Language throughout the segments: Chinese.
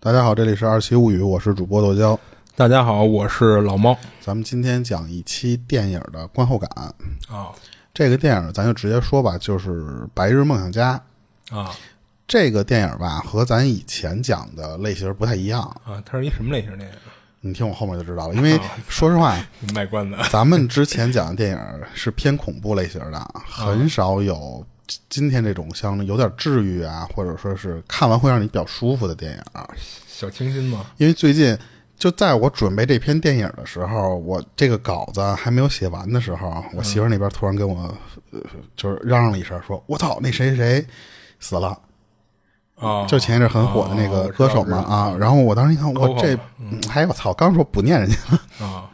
大家好，这里是二七物语，我是主播豆椒。大家好，我是老猫咱们今天讲一期电影的观后感。啊这个电影咱就直接说吧，就是《白日梦想家》啊这个电影吧，和咱以前讲的类型不太一样。啊！它是一什么类型电影？你听我后面就知道了。因为说实话，卖关子咱们之前讲的电影是偏恐怖类型的，很少有今天这种像有点治愈啊，或者说是看完会让你比较舒服的电影。小清新吗？因为最近就在我准备这篇电影的时候，我这个稿子还没有写完的时候，我媳妇儿那边突然跟我、呃就是嚷嚷了一声，说：“我操，那谁谁谁死了。”啊，就前一阵很火的那个歌手嘛啊啊，然后我当时一看，我 Coco 这嘛，嗯哎我操，刚说不念人家，啊，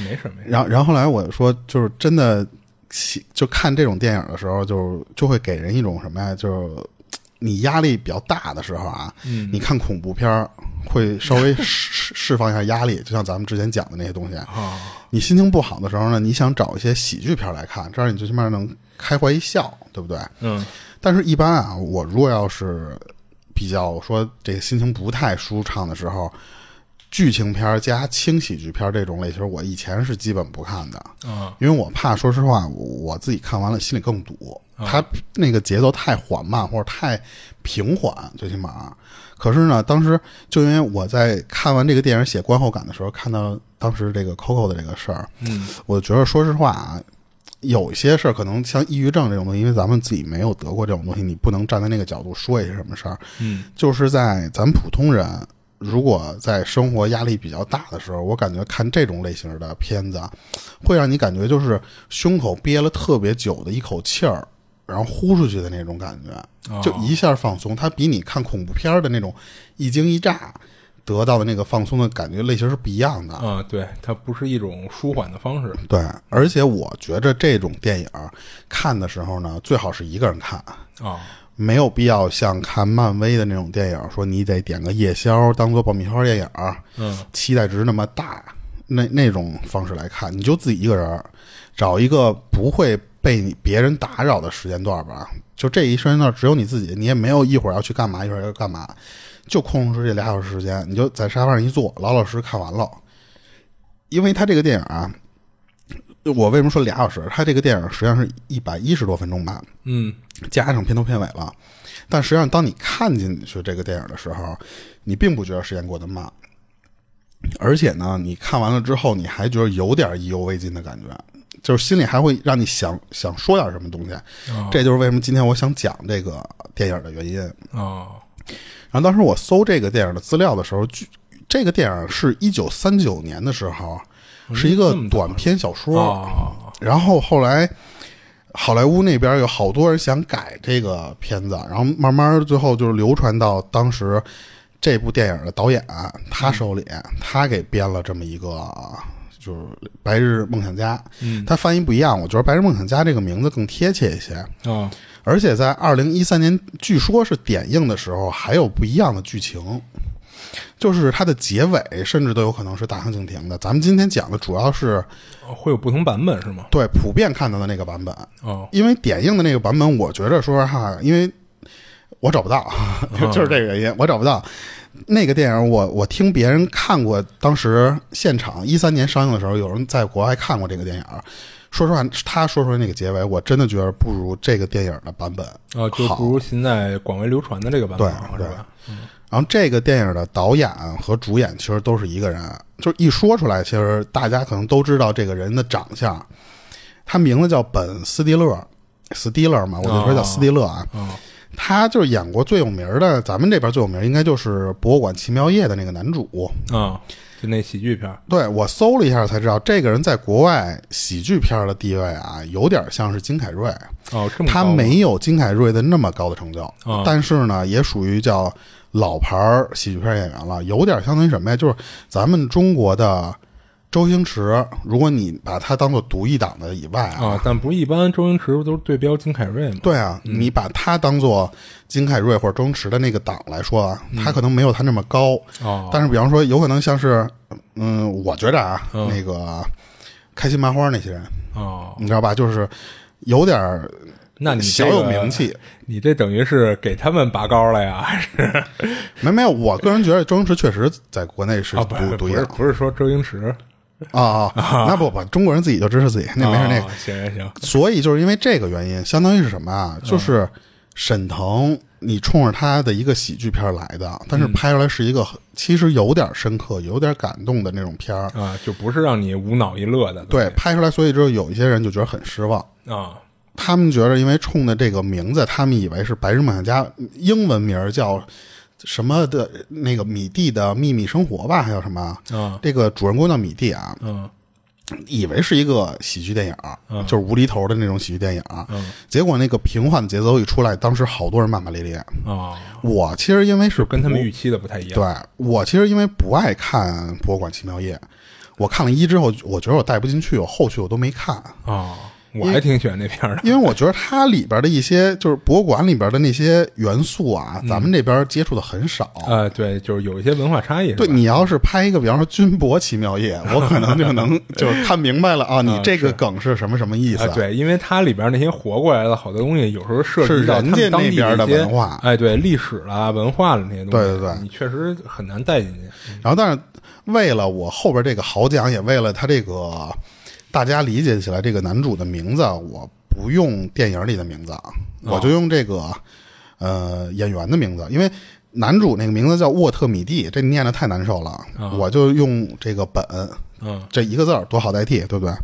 没事没事然后然后后来我说，就是真的喜，就看这种电影的时候，就就会给人一种什么呀，就是你压力比较大的时候啊，你看恐怖片儿会稍微释释释放一下压力，就像咱们之前讲的那些东西。啊你心情不好的时候呢，你想找一些喜剧片儿来看，这样你最起码能开怀一笑，对不对？嗯但是，一般啊，我如果要是比较说这个心情不太舒畅的时候，剧情片儿加轻喜剧片儿这种类型，我以前是基本不看的，啊因为我怕，说实话，我我自己看完了心里更堵。它那个节奏太缓慢或者太平缓，最起码。可是呢，当时就因为我在看完这个电影写观后感的时候，看到当时这个 Coco 的这个事儿，嗯我觉得说实话啊，有些事儿可能像抑郁症这种东西，因为咱们自己没有得过这种东西，你不能站在那个角度说一些什么事儿。嗯就是在咱们普通人，如果在生活压力比较大的时候，我感觉看这种类型的片子啊，会让你感觉就是胸口憋了特别久的一口气儿，然后呼出去的那种感哦觉，啊就一下放松。它比你看恐怖片儿的那种一惊一乍得到的那个放松的感觉类型是不一样的。啊，对，它不是一种舒缓的方式对，而且我觉着这种电影儿看的时候呢，最好是一个人看，啊没有必要像看漫威的那种电影，说你得点个夜宵当做爆米花电影儿，嗯期待值那么大，那那种方式来看，你就自己一个人儿，找一个不会被你别人打扰的时间段吧。就这一时间段只有你自己，你也没有一会儿要去干嘛，一会儿要干嘛，就空出这俩小时时间，你就在沙发上一坐，老老实实看完了。因为他这个电影啊，我为什么说俩小时？他这个电影实际上是一百一十多分钟吧，嗯加上片头片尾了。但实际上，当你看进去这个电影的时候，你并不觉得时间过得慢，而且呢，你看完了之后，你还觉得有点意犹未尽的感觉，就是心里还会让你想想说点什么东西。哦这就是为什么今天我想讲这个电影的原因。啊然后当时我搜这个电影的资料的时候，据这个电影是一九三九年的时候，是一个哦这么早短篇小说。啊然后后来好莱坞那边有好多人想改这个片子，然后慢慢最后就是流传到当时这部电影的导演啊他手里，他给编了这么一个。就是《白日梦想家》，嗯他翻译不一样，我觉得《白日梦想家》这个名字更贴切一些。啊而且在二零一三年，据说是点映的时候，还有不一样的剧情，就是它的结尾甚至都有可能是大相径庭的。咱们今天讲的主要是会有不同版本是吗？对普遍看到的那个版本，哦因为点映的那个版本，我觉着说实话，因为我找不到，就是这个原因，我找不到那个电影我。我听别人看过，当时现场一三年上映的时候，有人在国外看过这个电影。说实话，他说出来那个结尾，我真的觉得不如这个电影的版本啊，就好不如现在广为流传的这个版本对是吧？然后这个电影的导演和主演其实都是一个人，就是一说出来，其实大家可能都知道这个人的长相。他名字叫本·斯蒂勒，斯蒂勒嘛，我就说叫斯蒂勒啊。啊他就是演过最有名的，咱们这边最有名应该就是《博物馆奇妙夜》的那个男主。啊，就那喜剧片儿对我搜了一下才知道，这个人在国外喜剧片的地位啊，有点像是金凯瑞。哦，这么他高吗没有金凯瑞的那么高的成就，啊但是呢，也属于叫老牌儿喜剧片演员了，有点相当于什么呀？就是咱们中国的周星驰，如果你把他当做独一档的以外啊，啊，但不是一般周星驰不都是对标金凯瑞吗？对啊，你把他当做金凯瑞或者周星驰的那个档来说啊，嗯他可能没有他那么高，哦，但是比方说，有可能像是，嗯，我觉着啊，嗯那个开心麻花那些人，哦，你知道吧？就是有点儿那你这小个有名，气。你这等于是给他们拔高了呀？还是没没有，我个人觉得周星驰确实在国内是啊，独不是独不一档是不是说周星驰？啊啊！ 那不不，中国人自己就支持自己，那没事那个哦行行行，所以就是因为这个原因，相当于是什么啊？嗯就是沈腾，你冲着他的一个喜剧片儿来的，但是嗯拍出来是一个很其实有点深刻、有点感动的那种片儿。啊，就不是让你无脑一乐的，对，拍出来，所以就有一些人就觉得很失望。啊，他们觉得，因为冲的这个名字，他们以为是《白日梦想家》英文名儿叫什么的，那个米蒂的秘密生活吧，还有什么？嗯这个主人公叫米蒂啊，嗯，以为是一个喜剧电影儿，就是无厘头的那种喜剧电影儿。嗯结果那个平缓的节奏一出来，当时好多人骂骂咧咧。哦，我其实因为是就跟他们不预期的不太一样。对我其实因为不爱看《博物馆奇妙夜》，我看了一之后，我觉得我带不进去，我后续我都没看，哦，我还挺喜欢那片儿的。因为我觉得它里边的一些就是博物馆里边的那些元素嗯啊，咱们这边接触的很少。呃，对，就是有一些文化差异。对是吧你要是拍一个，比方说《军博奇妙夜》，我可能就 能就是看明白了啊，你这个梗是什么什么意思嗯啊，？对，因为它里边那些活过来的好多东西，有时候涉及到是人他家们当地那边的一些文化哎，对，历史啦、文化啦那些东西，对对对你确实很难带进去。然后，但是为了我后边这个好讲，也为了他这个大家理解起来这个男主的名字，啊我不用电影里的名字，啊我哦就用这个呃演员的名字，因为男主那个名字叫沃特米蒂，这念的太难受了，哦我就用这个本嗯这一个字儿多好代替，对不对？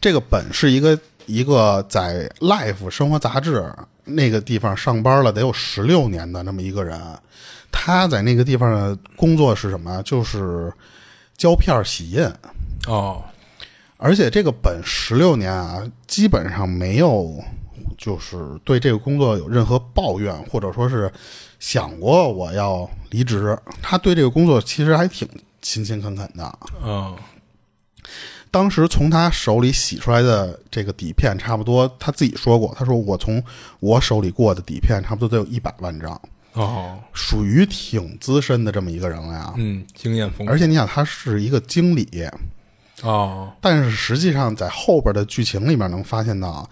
这个本是一个一个在《Life》生活杂志那个地方上班了得有十六年的那么一个人，他在那个地方的工作是什么？就是胶片洗印，哦，而且这个本十六年啊，基本上没有就是对这个工作有任何抱怨，或者说是想过我要离职。他对这个工作其实还挺勤勤恳恳的。嗯当时从他手里洗出来的这个底片，差不多他自己说过，他说我从我手里过的底片，差不多得有一百万张，哦，属于挺资深的这么一个人了呀。嗯，经验丰啊而且你想，他是一个经理，富。哦，但是实际上在后边的剧情里面能发现到，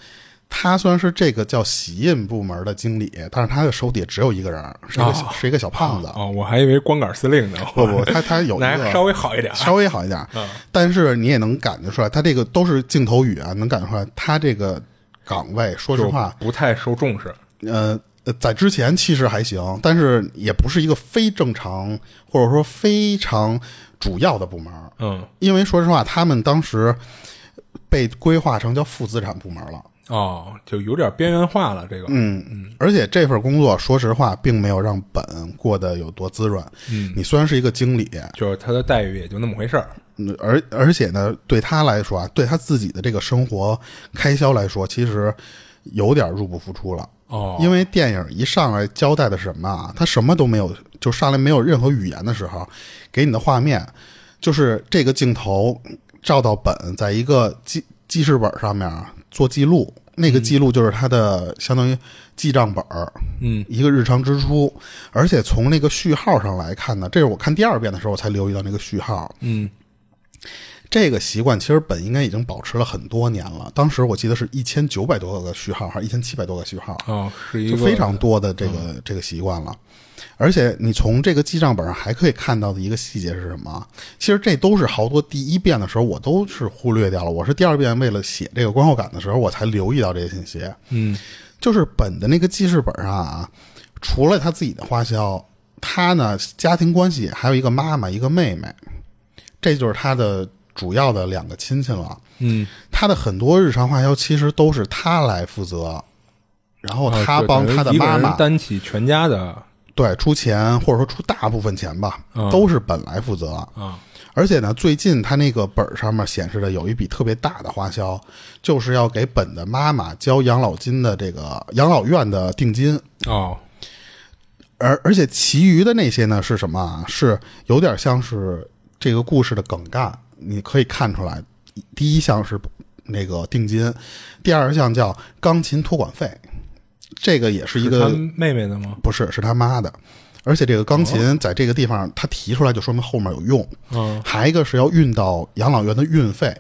他虽然是这个叫洗印部门的经理，但是他的手底下只有一个人，是一个小、哦是一个小胖子。哦，我还以为光杆司令呢，不不，他他有一那还个稍微好一点。稍微好一点，嗯但是你也能感觉出来，他这个都是镜头语啊，能感觉出来他这个岗位，说实就话，不太受重视，呃。呃在之前其实还行，但是也不是一个非正常或者说非常主要的部门，嗯，因为说实话，他们当时被规划成叫负资产部门了。哦，就有点边缘化了。这个，嗯，而且这份工作，说实话，并没有让本过得有多滋润。嗯，你虽然是一个经理，就是他的待遇也就那么回事儿。嗯而而且呢，对他来说啊，对他自己的这个生活开销来说，其实有点入不敷出了。哦，因为电影一上来交代的是什么啊？他什么都没有，就上来没有任何语言的时候，给你的画面就是这个镜头照到本，在一个记记事本上面做记录，那个记录就是他的相当于记账本儿，嗯，一个日常支出。而且从那个序号上来看呢，这是我看第二遍的时候我才留意到那个序号。嗯，这个习惯其实本应该已经保持了很多年了，当时我记得是一千九百多个序号，还是一千七百多个序号。哦，是一就个嗯非常多的这个、这个习惯了。而且你从这个记账本上还可以看到的一个细节是什么？其实这都是好多第一遍的时候我都是忽略掉了，我是第二遍为了写这个观后感的时候我才留意到这些信息。嗯，就是本的那个记事本上啊，除了他自己的花销，他呢家庭关系还有一个妈妈一个妹妹，这就是他的主要的两个亲戚了。嗯，他的很多日常花销其实都是他来负责，然后啊他就帮等于他的一个妈人妈、担起全家的对出钱，或者说出大部分钱吧，嗯都是本来负责。啊，而且呢，最近他那个本儿上面显示的有一笔特别大的花销，就是要给本的妈妈交养老金的这个养老院的定金。哦，而而且其余的那些呢是什么啊？是有点像是这个故事的梗概，你可以看出来，第一项是那个定金，第二项叫钢琴托管费，这个也是一他个妹妹的吗？不是是他妈的，而且这个钢琴在这个地方他提出来就说明后面有用，嗯，还一个是要运到养老院的运费。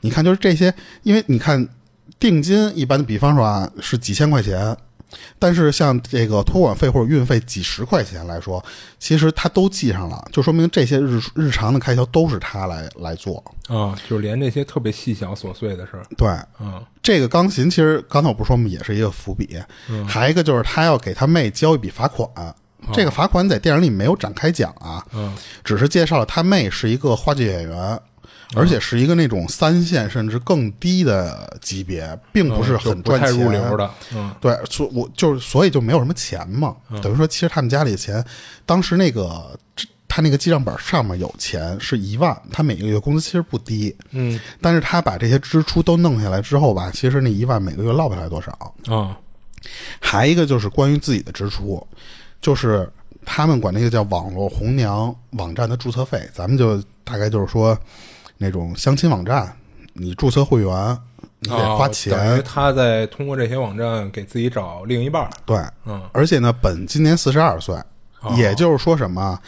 你看，就是这些，因为你看定金一般，比方说啊是几千块钱，但是像这个托管费或者运费几十块钱来说，其实他都记上了，就说明这些日日常的开销都是他来来做。啊，就是连这些特别细小琐碎的事儿，对，嗯这个钢琴其实刚才我不是说吗？也是一个伏笔，嗯还有一个就是他要给他妹交一笔罚款。这个罚款在电影里没有展开讲啊，哦嗯只是介绍了他妹是一个话剧演员，而且是一个那种三线甚至更低的级别，并不是嗯就很不赚太钱。入流的，嗯对，所我就是所以就没有什么钱嘛，等于说其实他们家里的钱，当时那个这他那个记账本上面有钱是一万，他每个月工资其实不低，嗯但是他把这些支出都弄下来之后吧，其实那一万每个月落不下来多少。啊还一个就是关于自己的支出，就是他们管那个叫网络红娘网站的注册费，咱们就大概就是说那种相亲网站，你注册会员，你得啊花钱，等于他在通过这些网站给自己找另一半儿，对，嗯哦而且呢，本今年四十二岁，也就是说什么，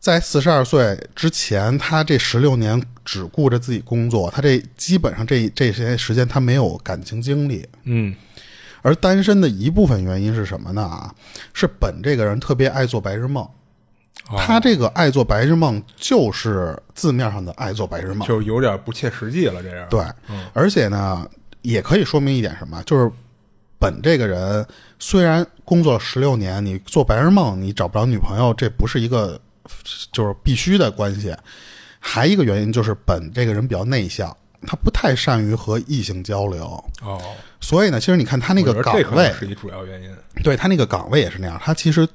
在四十二岁之前，他这十六年只顾着自己工作，他这基本上这这些时间他没有感情经历。嗯而单身的一部分原因是什么呢？啊，是本这个人特别爱做白日梦，哦他这个爱做白日梦就是字面上的爱做白日梦，就是有点不切实际了，这样对，嗯而且呢，也可以说明一点什么，就是本这个人虽然工作十六年，你做白日梦，你找不着女朋友，这不是一个就是必须的关系。还一个原因就是本这个人比较内向，他不太善于和异性交流，哦，所以呢，其实你看他那个我觉岗得这可位能，是一主要原因，对他那个岗位也是那样，他其实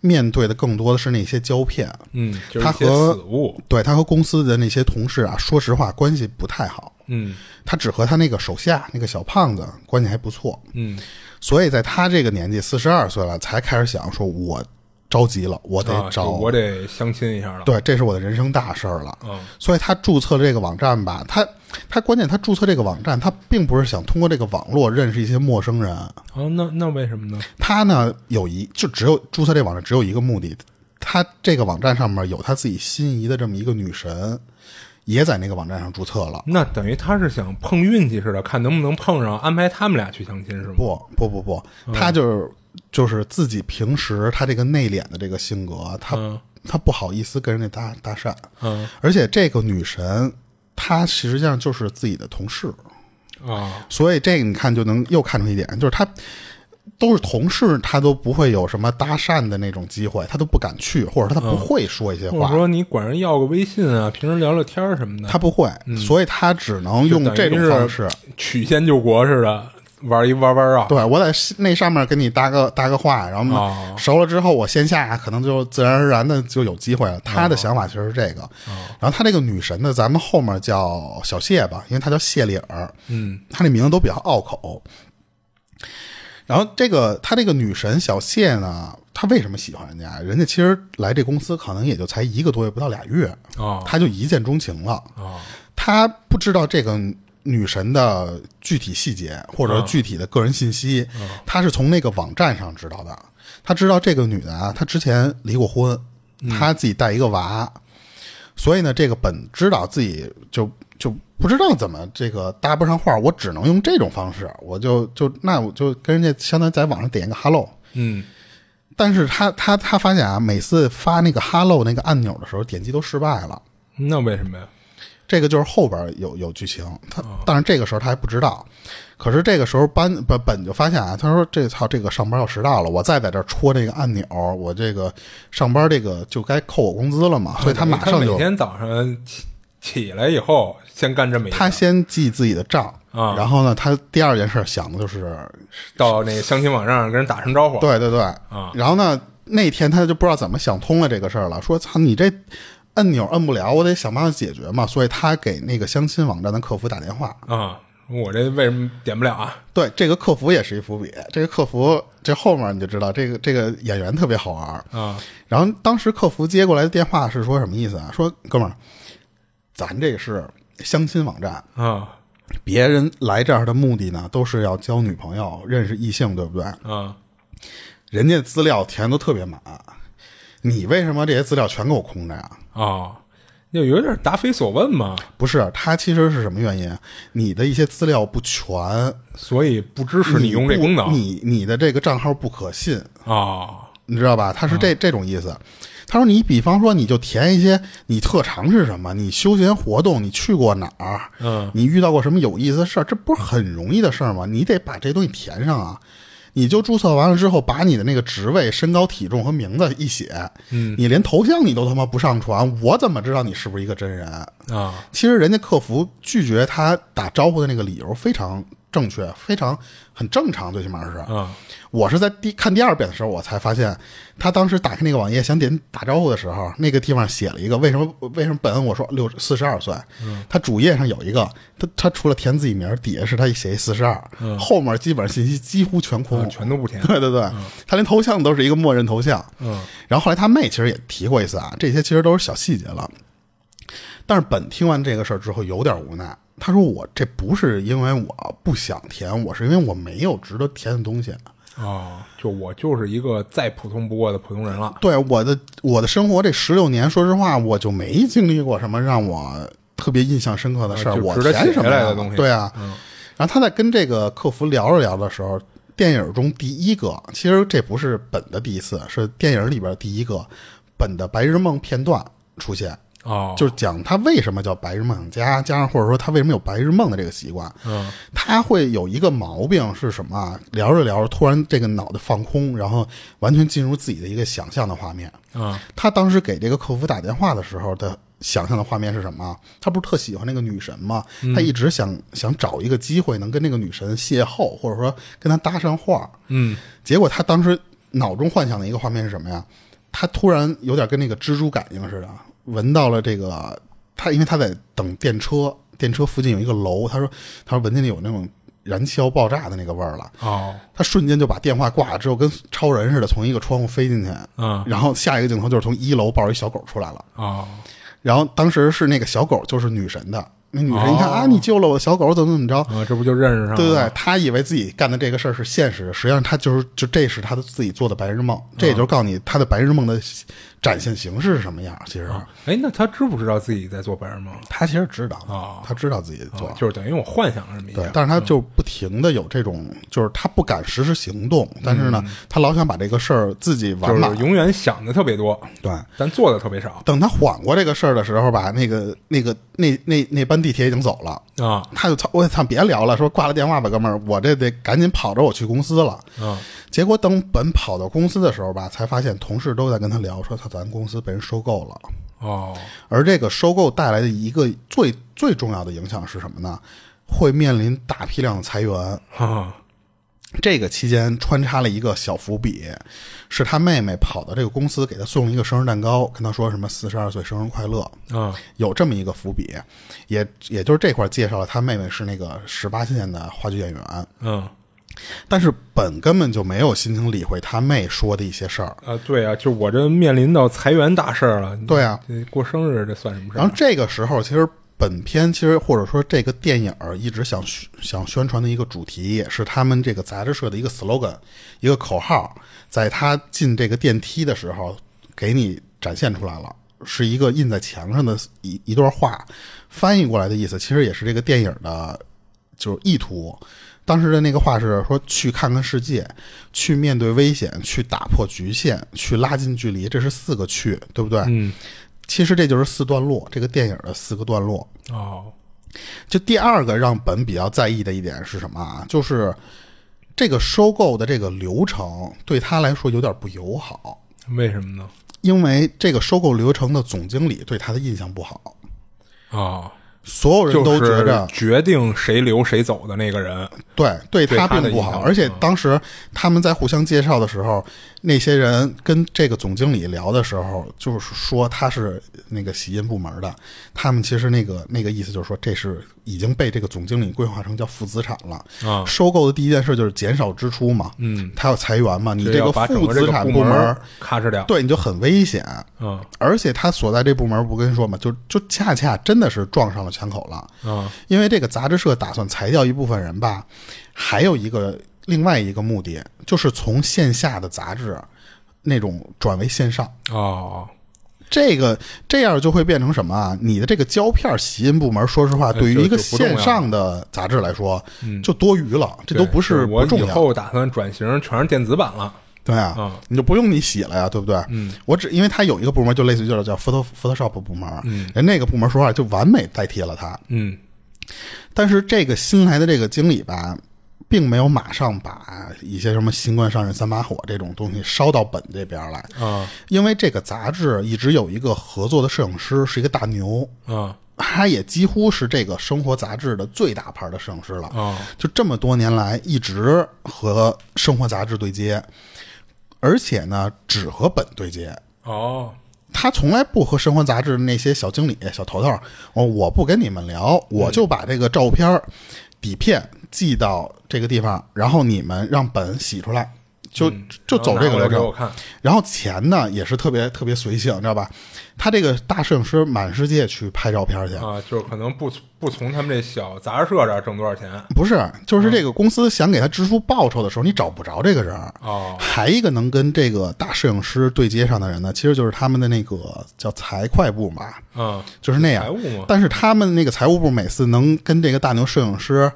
面对的更多的是那些胶片，嗯，就是他一些和死物，对他和公司的那些同事啊，说实话关系不太好。嗯他只和他那个手下那个小胖子关系还不错，嗯，所以在他这个年纪四十二岁了，才开始想说，我着急了，我啊得就找，我得相亲一下了，对，这是我的人生大事儿了。嗯所以他注册这个网站吧，他他关键他注册这个网站，他并不是想通过这个网络认识一些陌生人，哦，那那为什么呢？他呢有一就只有注册这网站只有一个目的，他这个网站上面有他自己心仪的这么一个女神，也在那个网站上注册了。那等于他是想碰运气似的，看能不能碰上，安排他们俩去相亲是吗？不不不不，嗯他就是就是自己平时他这个内敛的这个性格，他、嗯他不好意思跟人家搭搭讪，嗯而且这个女神她实际上就是自己的同事，啊所以这个你看就能又看出一点，就是她都是同事，她都不会有什么搭讪的那种机会，她都不敢去，或者她不会说一些嗯或者话。说你管人要个微信啊，平时聊聊天儿什么的，她不会，所以她只能用嗯就等于这种是方式。曲线救国似的玩一弯弯儿啊。对我在那上面跟你搭个搭个话，然后哦熟了之后，我线下可能就自然而然的就有机会了。他的想法其实是这个，然后他这个女神呢，咱们后面叫小谢吧，因为她叫谢丽儿，嗯她这名字都比较拗口。然后这个她这个女神小谢呢，她为什么喜欢人家？人家其实来这公司可能也就才一个多月不到俩月，啊她就一见钟情了。啊他不知道这个女神的具体细节或者具体的个人信息，他是从那个网站上知道的。他知道这个女的啊，她之前离过婚，她自己带一个娃，所以呢，这个本知道自己就就不知道怎么这个搭不上话，我只能用这种方式，我就就那我就跟人家相当于在网上点一个 hello。嗯但是他他他发现啊，每次发那个 hello 那个按钮的时候，点击都失败了。那为什么呀？这个就是后边有有剧情，他哦但是这个时候他还不知道，可是这个时候班本本就发现啊，他说这操这个上班要迟到了，我再在这儿戳这个按钮，我这个上班这个就该扣我工资了嘛，所以他马上每就天早上起起来以后，先干这么一他趟，先记自己的账，啊然后呢，他第二件事想的就是，到那个相亲网站上跟人打声招呼。对对对，啊然后呢那天他就不知道怎么想通了这个事儿了，说操你这。按钮摁不了，我得想办法解决嘛，所以他给那个相亲网站的客服打电话，啊，我这为什么点不了啊？对，这个客服也是一伏笔。这个客服这后面你就知道，这个这个演员特别好玩儿。啊然后当时客服接过来的电话是说什么意思啊？说哥们儿，咱这是相亲网站，啊别人来这儿的目的呢，都是要交女朋友、认识异性，对不对？啊！人家资料填的特别满，你为什么这些资料全给我空着呀？哦，就有点答非所问嘛，不是，它其实是什么原因？啊你的一些资料不全，所以不支持你用这不功能你你的这个账号不可信，啊。你知道吧？他是这、这种意思。他说你比方说你就填一些你特长是什么，你休闲活动，你去过哪儿，嗯，你遇到过什么有意思的事儿，这不是很容易的事儿吗？你得把这东西填上啊。你就注册完了之后，把你的那个职位、身高、体重和名字一写，嗯，你连头像你都他妈不上传，我怎么知道你是不是一个真人？啊，其实人家客服拒绝他打招呼的那个理由非常正确，非常很正常，最起码是。啊，我是在第看第二遍的时候，我才发现他当时打开那个网页想点打招呼的时候，那个地方写了一个为什么为什么本恩我说六四十二岁，嗯他主页上有一个，他他除了填自己名儿，底下是他写一四十二，后面基本上信息几乎全空，嗯啊全都不填。对对对，他连头像都是一个默认头像。嗯，然后后来他妹其实也提过一次啊，这些其实都是小细节了。但是本听完这个事儿之后有点无奈，他说我这不是因为我不想填，我是因为我没有值得填的东西。啊，就我就是一个再普通不过的普通人了。对我的我的生活这十六年，说实话我就没经历过什么让我特别印象深刻的事儿，啊就我值得填什么写下来呀的东西嗯对啊，然后他在跟这个客服聊着聊的时候，电影中第一个，其实这不是本的第一次，是电影里边第一个本的白日梦片段出现，哦，就是讲他为什么叫白日梦想家，加上或者说他为什么有白日梦的这个习惯。嗯他会有一个毛病是什么啊？聊着聊着，突然这个脑袋放空，然后完全进入自己的一个想象的画面。啊他当时给这个客服打电话的时候的想象的画面是什么啊？他不是特喜欢那个女神吗？嗯他一直想想找一个机会能跟那个女神邂逅，或者说跟她搭上话。嗯结果他当时脑中幻想的一个画面是什么呀？他突然有点跟那个蜘蛛感应似的，闻到了这个他，因为他在等电车，电车附近有一个楼，他说他说闻见有那种燃烧爆炸的那个味儿了。哦他瞬间就把电话挂了，之后跟超人似的从一个窗户飞进去，嗯然后下一个镜头就是从一楼抱着一小狗出来了，哦然后当时是那个小狗就是女神的，那女神一看、哦啊，你救了我的小狗，怎么怎么着，啊，这不就认识上了？对对对，她以为自己干的这个事儿是现实，实际上她就是就这是她的自己做的白日梦，这也就是告诉你她的白日梦的展现形式是什么样。其实哎，那他知不知道自己在做白日梦啊她其实知道，哦她知道自己做。就是等于我幻想了这么一对下，但是她就不停的有这种，嗯就是她不敢实施行动，但是呢，嗯她老想把这个事儿自己完就满是。永远想的特别多，对，但做的特别少等她缓过这个事儿的时候吧，那个、那个、那那那班地铁已经走了，啊他就操，我操，别聊了，说挂了电话吧，哥们儿，我这得赶紧跑着我去公司了。啊结果等本跑到公司的时候吧，才发现同事都在跟他聊，说他咱公司被人收购了。哦而这个收购带来的一个最最重要的影响是什么呢？会面临大批量的裁员。哈这个期间穿插了一个小伏笔，是他妹妹跑到这个公司给他送了一个生日蛋糕，跟他说什么四十二岁生日快乐。啊有这么一个伏笔，也也就是这块儿介绍了他妹妹是那个十八线的话剧演员，嗯但是本根本就没有心情理会他妹说的一些事儿。啊，对啊，就我这面临到裁员大事儿了，对啊，这过生日这算什么事然儿后这个时候其实。本片其实或者说这个电影儿一直想宣想宣传的一个主题，也是他们这个杂志社的一个 slogan，一个口号，在他进这个电梯的时候给你展现出来了，是一个印在墙上的一一段话，翻译过来的意思，其实也是这个电影的就是意图。当时的那个话是说：“去看看世界，去面对危险，去打破局限，去拉近距离。”这是四个“去”，对不对？嗯其实这就是四段落，这个电影的四个段落。哦就第二个让本比较在意的一点是什么啊？就是这个收购的这个流程对他来说有点不友好，为什么呢？因为这个收购流程的总经理对他的印象不好，哦，所有人就都是觉着、决定谁留谁走的那个人，对对对他他的嗯并不印象好，而且当时他们在互相介绍的时候，那些人跟这个总经理聊的时候，就是说他是那个洗印部门的，他们其实那个那个意思就是说，这是已经被这个总经理规划成叫负资产了。啊收购的第一件事就是减少支出嘛，嗯，他要裁员嘛，你就这要把整负个这资个产部门门儿咔哧掉，对你就很危险。嗯而且他所在这部门，我跟你说嘛，就就恰恰真的是撞上了枪口了。嗯因为这个杂志社打算裁掉一部分人吧，还有一个另外一个目的，就是从线下的杂志那种转为线上。哦，这个这样就会变成什么啊？你的这个胶片洗印部门，说实话，哎就对于一个就不重要线上的杂志来说，嗯就多余了，这都对不是我不重以要。后打算转型全是电子版了。对啊嗯，你就不用你洗了呀，对不对？嗯，我只因为它有一个部门，就类似于叫叫 Photo Photoshop 部门，嗯人那个部门说实话就完美代替了它。嗯，但是这个新来的这个经理吧，并没有马上把一些什么新冠上任三把火这种东西烧到本这边来，啊因为这个杂志一直有一个合作的摄影师是一个大牛，啊他也几乎是这个生活杂志的最大牌的摄影师了。啊！就这么多年来一直和生活杂志对接，而且呢只和本对接。哦，他从来不和生活杂志那些小经理、小头头，哦，我不跟你们聊，我嗯就把这个照片儿底片寄到这个地方，然后你们让本洗出来，就、嗯就走这个然后流拿过来给程我。看，然后钱呢也是特别特别随性，你知道吧？他这个大摄影师满世界去拍照片去，啊，就是可能不不从他们这小杂志社这儿挣多少钱不是，嗯就是这个公司想给他支付报酬的时候，你找不着这个人儿。哦，还一个能跟这个大摄影师对接上的人呢，其实就是他们的那个叫财会部嘛，嗯，就是那样财。务嘛，但是他们那个财务部每次能跟这个大牛摄影师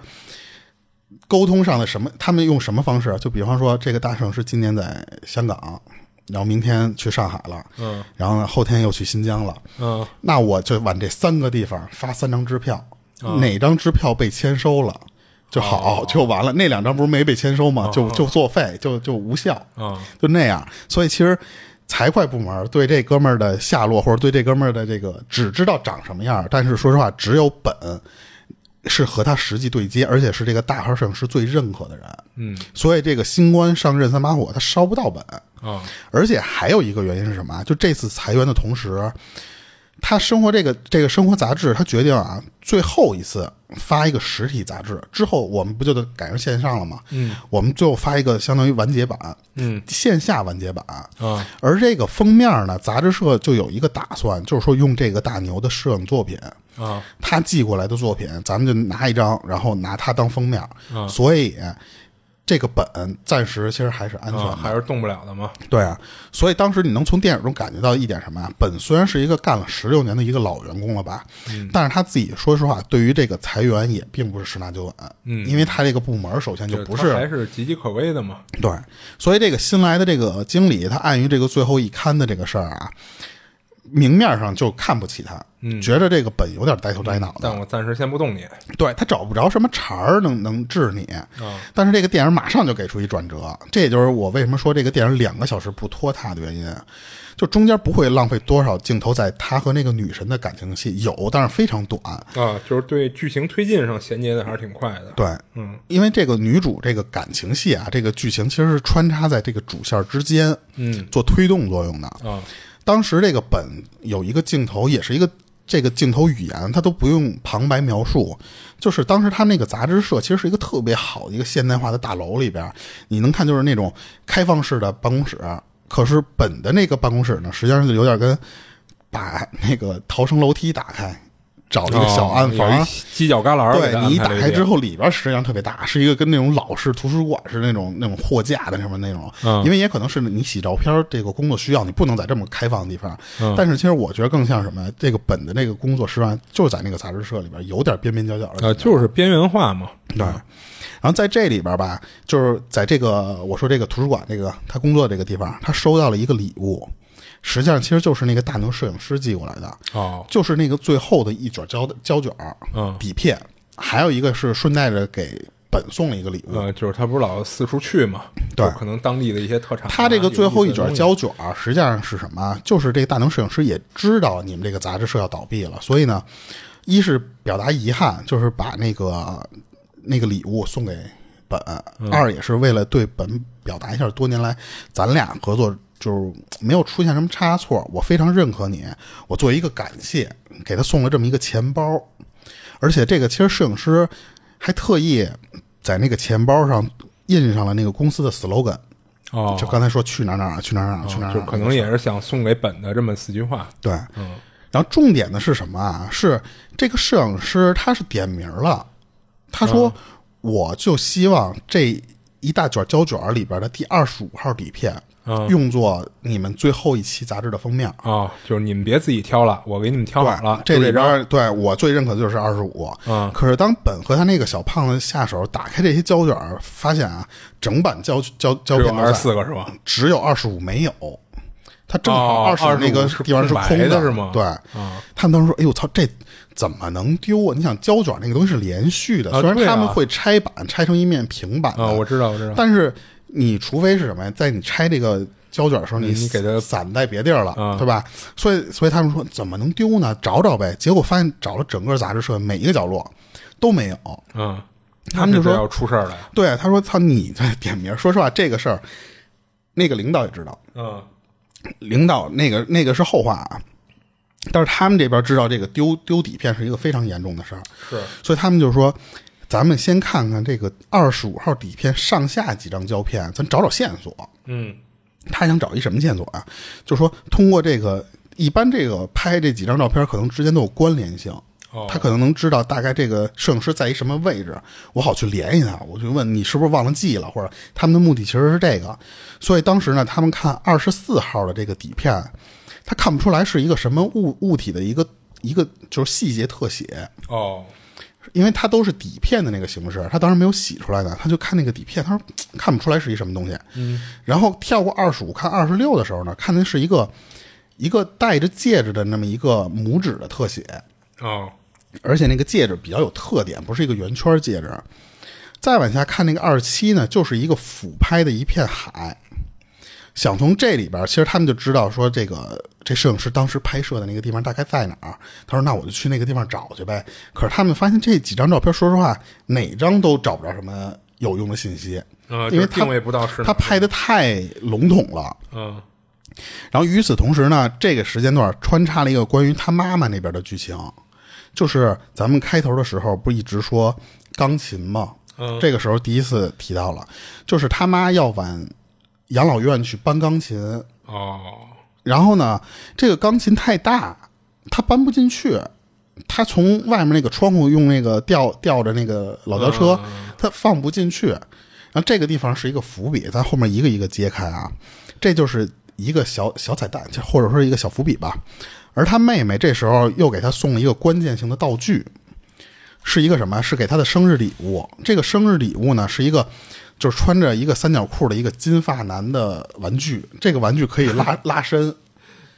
沟通上的什么，他们用什么方式啊？就比方说，这个大摄影师今年在香港，然后明天去上海了，嗯然后呢后天又去新疆了，嗯那我就往这三个地方发三张支票，哪张支票被签收了就好、就完了，那两张不是没被签收吗？就就作废，就就无效。嗯就那样。所以其实财会部门对这哥们儿的下落，或者对这哥们儿的这个只知道长什么样儿，但是说实话，只有本是和他实际对接，而且是这个大牌摄影师最认可的人。嗯所以这个新官上任三把火，他烧不到本。啊而且还有一个原因是什么啊？就这次裁员的同时，他生活这个这个生活杂志，他决定啊，最后一次发一个实体杂志之后，我们不就得改成线上了吗？嗯，我们最后发一个相当于完结版，嗯线下完结版。啊而这个封面呢，杂志社就有一个打算，就是说用这个大牛的摄影作品，啊他寄过来的作品，咱们就拿一张，然后拿它当封面。嗯所以这个本暂时其实还是安全啊，的。还是动不了的嘛，对啊，所以当时你能从电影中感觉到一点什么啊？本虽然是一个干了十六年的一个老员工了吧，嗯但是他自己说实话，对于这个裁员也并不是十拿九稳，嗯因为他这个部门首先就不他还是岌岌可危的嘛，对，所以这个新来的这个经理，他碍于这个最后一刊的这个事儿啊，明面上就看不起他，嗯觉着这个本有点呆头呆脑的，但我暂时先不动你对他找不着什么茬儿能能治你。啊，但是这个电影马上就给出一转折，这也就是我为什么说这个电影两个小时不拖沓的原因，就中间不会浪费多少镜头在他和那个女神的感情戏，有，但是非常短。啊，就是对剧情推进上衔接的还是挺快的。对，嗯，因为这个女主这个感情戏啊，这个剧情其实是穿插在这个主线之间，嗯做推动作用的。啊当时这个本有一个镜头，也是一个这个镜头语言，它都不用旁白描述，就是当时他们那个杂志社其实是一个特别好的一个现代化的大楼里边，你能看就是那种开放式的办公室，可是本的那个办公室呢，实际上就有点跟把那个逃生楼梯打开，找一个小暗房。哦有一犄角旮旯儿给它对你一安打排了开一之后，里边实际上特别大，是一个跟那种老式图书馆是那种那种货架的什么那种，嗯因为也可能是你洗照片这个工作需要，你不能在这么开放的地方。嗯但是其实我觉得更像什么呀？这个本的那个工作实际上就是在那个杂志社里边有点边边角角的点啊，就是边缘化嘛，对。然后在这里边吧，就是在这个我说这个图书馆这个他工作这个地方，他收到了一个礼物，实际上其实就是那个大牛摄影师寄过来的，哦，就是那个最后的一卷胶的胶卷儿嗯底片，还有一个是顺带着给本送了一个礼物。呃，就是他不是老四处去嘛，对就可能当地的一些特产啊。他这个最后一卷有意思的东西，胶卷儿实际上是什么啊？就是这个大能摄影师也知道你们这个杂志社要倒闭了，所以呢，一是表达遗憾，就是把那个那个礼物送给本；嗯二也是为了对本表达一下多年来咱俩合作就是没有出现什么差错，我非常认可你，我作为一个感谢，给他送了这么一个钱包，而且这个其实摄影师还特意在那个钱包上印上了那个公司的 slogan。哦，就刚才说去哪儿哪儿去哪儿哪儿去哪儿哪儿，就可能也是想送给本的这么四句话。对。嗯然后重点的是什么啊？是这个摄影师他是点名了，他说嗯我就希望这一大卷胶卷里边的第二十五号底片嗯用作你们最后一期杂志的封面。啊，就是你们别自己挑了，我给你们挑好了，这就里边张儿对我最认可的就是二十五。嗯可是当本和他那个小胖子下手打开这些胶卷儿，发现啊，整版胶胶胶只片有都二在十四个是吧？只有二十五没有，他正好哦二十那个25是地方是空白空的是吗对，啊，他们当时说：“哎呦操，这怎么能丢啊？你想胶卷那个东西是连续的，啊虽然对啊他们会拆版，拆成一面平板的，啊，我知道，我知道，但是你除非是什么呀，在你拆这个胶卷的时候，嗯你给它散在别地儿了，啊对吧？所以，所以他们说怎么能丢呢？找找呗。结果发现找了整个杂志社每一个角落都没有。嗯，他们就那这说要出事儿了呀，对，他说：“操，你这点名。”说实话，这个事儿，那个领导也知道，嗯领导那个那个是后话啊。但是他们这边知道这个丢丢底片是一个非常严重的事儿，是，所以他们就说，咱们先看看这个二十五号底片上下几张胶片，咱找找线索。嗯他想找一什么线索啊？就说通过这个，一般这个拍这几张照片可能之间都有关联性，哦他可能能知道大概这个摄影师在一什么位置，我好去联系他，我就问你是不是忘了记了，或者他们的目的其实是这个。所以当时呢，他们看二十四号的这个底片，他看不出来是一个什么物物体的一个一个就是细节特写，哦，因为它都是底片的那个形式，他当时没有洗出来的，他就看那个底片，他说嘖看不出来是一什么东西。嗯，然后跳过二十五看二十六的时候呢，看的是一个一个戴着戒指的那么一个拇指的特写，哦，而且那个戒指比较有特点，不是一个圆圈戒指。再往下看那个二十七呢，就是一个俯拍的一片海。想从这里边，其实他们就知道说这个这摄影师当时拍摄的那个地方大概在哪儿。他说：“那我就去那个地方找去呗。”可是他们发现这几张照片，说实话，哪张都找不着什么有用的信息。嗯，因为就是他定位不到是哪他拍的太笼统了。嗯然后与此同时呢，这个时间段穿插了一个关于他妈妈那边的剧情，就是咱们开头的时候不一直说钢琴吗？嗯，这个时候第一次提到了，就是他妈要往养老院去搬钢琴，哦，然后呢，这个钢琴太大，他搬不进去。他从外面那个窗户用那个吊吊着那个老吊车，他放不进去。然后这个地方是一个伏笔，咱后面一个一个揭开啊，这就是一个小小彩蛋，或者说是一个小伏笔吧。而他妹妹这时候又给他送了一个关键性的道具，是一个什么？是给他的生日礼物。这个生日礼物呢，是一个就是穿着一个三角裤的一个金发男的玩具，这个玩具可以拉拉伸。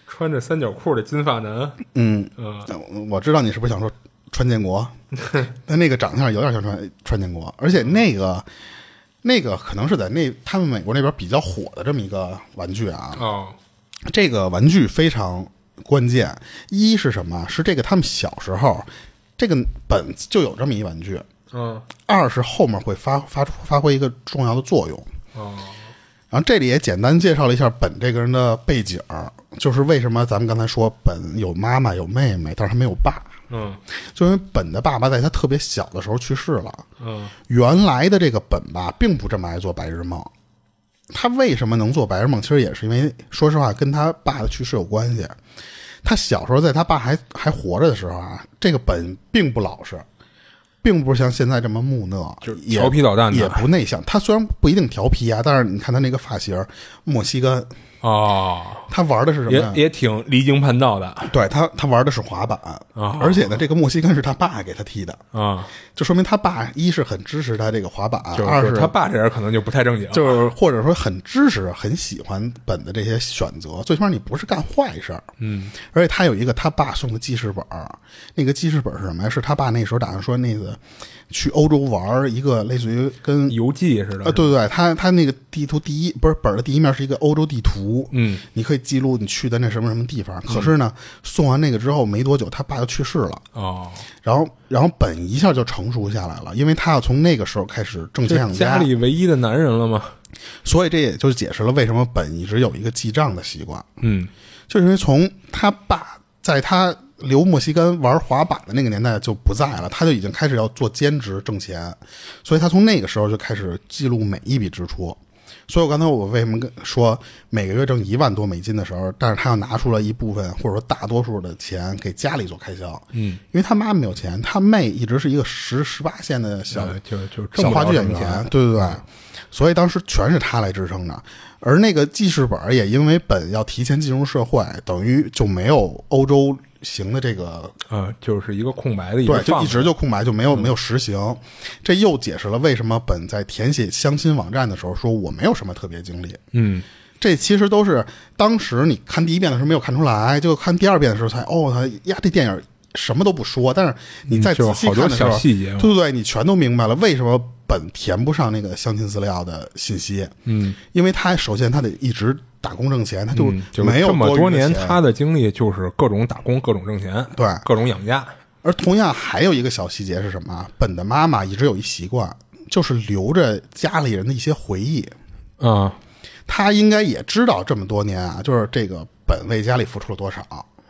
穿着三角裤的金发男，嗯，嗯我知道你是不是想说川建国，但那个长相有点像川川建国，而且那个那个可能是在那他们美国那边比较火的这么一个玩具啊。哦，这个玩具非常关键，一是什么？是这个他们小时候这个本就有这么一玩具，嗯二是后面会发发出发挥一个重要的作用。哦，然后这里也简单介绍了一下本这个人的背景儿，就是为什么咱们刚才说本有妈妈有妹妹，但是他没有爸，嗯就因为本的爸爸在他特别小的时候去世了。嗯原来的这个本吧，并不这么爱做白日梦。他为什么能做白日梦？其实也是因为，说实话，跟他爸的去世有关系。他小时候在他爸还还活着的时候啊，这个本并不老实，并不是像现在这么木讷，就是也调皮捣蛋的也不内向。他虽然不一定调皮啊，但是你看他那个发型儿，莫西干，哦，他玩的是什么也呀？也挺离经叛道的啊对他，他玩的是滑板，哦而且呢，这个莫西干是他爸给他踢的，，嗯就说明他爸一是很支持他这个滑板，就二是他爸这人可能就不太正经，就是或者说很支持、很喜欢本的这些选择，最起码你不是干坏事儿。嗯而且他有一个他爸送的记事本儿，那个记事本儿是什么呀？是他爸那时候打算说那个去欧洲玩儿一个类似于跟游记似的呃，，对对对，他他那个地图第一不是本儿的第一面是一个欧洲地图，嗯你可以记录你去的那什么什么地方。可是呢，送完那个之后没多久，他爸就去世了。哦，然后，然后本一下就成熟下来了，因为他要从那个时候开始挣钱这养家里唯一的男人了嘛，所以这也就解释了为什么本一直有一个记账的习惯，嗯就是因为从他爸在他留墨西哥玩滑板的那个年代就不在了，他就已经开始要做兼职挣钱，所以他从那个时候就开始记录每一笔支出。所以我刚才我为什么跟说每个月挣一万多美金的时候，但是他要拿出来一部分或者说大多数的钱给家里做开销，嗯，因为他妈没有钱，他妹一直是一个十十八线的小呃就就小挣不话了剧什演么员钱，，对对对。所以当时全是他来支撑着。而那个记事本儿也因为本要提前进入社会，等于就没有欧洲行的这个呃，就是一个空白的，对，就放一着嗯直就空白，就没有没有实行。这又解释了为什么本在填写相亲网站的时候说我没有什么特别经历。嗯，这其实都是当时你看第一遍的时候没有看出来，就看第二遍的时候才哦，他呀，这电影什么都不说，但是你再嗯就仔是细好看多的时候，小细节嘛，对对对，你全都明白了为什么本填不上那个相亲资料的信息，嗯，因为他首先他得一直打工挣钱，他就嗯就没有这么多多余的年，钱他的经历就是各种打工，各种挣钱，对各种养家。而同样还有一个小细节是什么啊？本的妈妈一直有一习惯，就是留着家里人的一些回忆。啊，她应该也知道这么多年啊，就是这个本为家里付出了多少，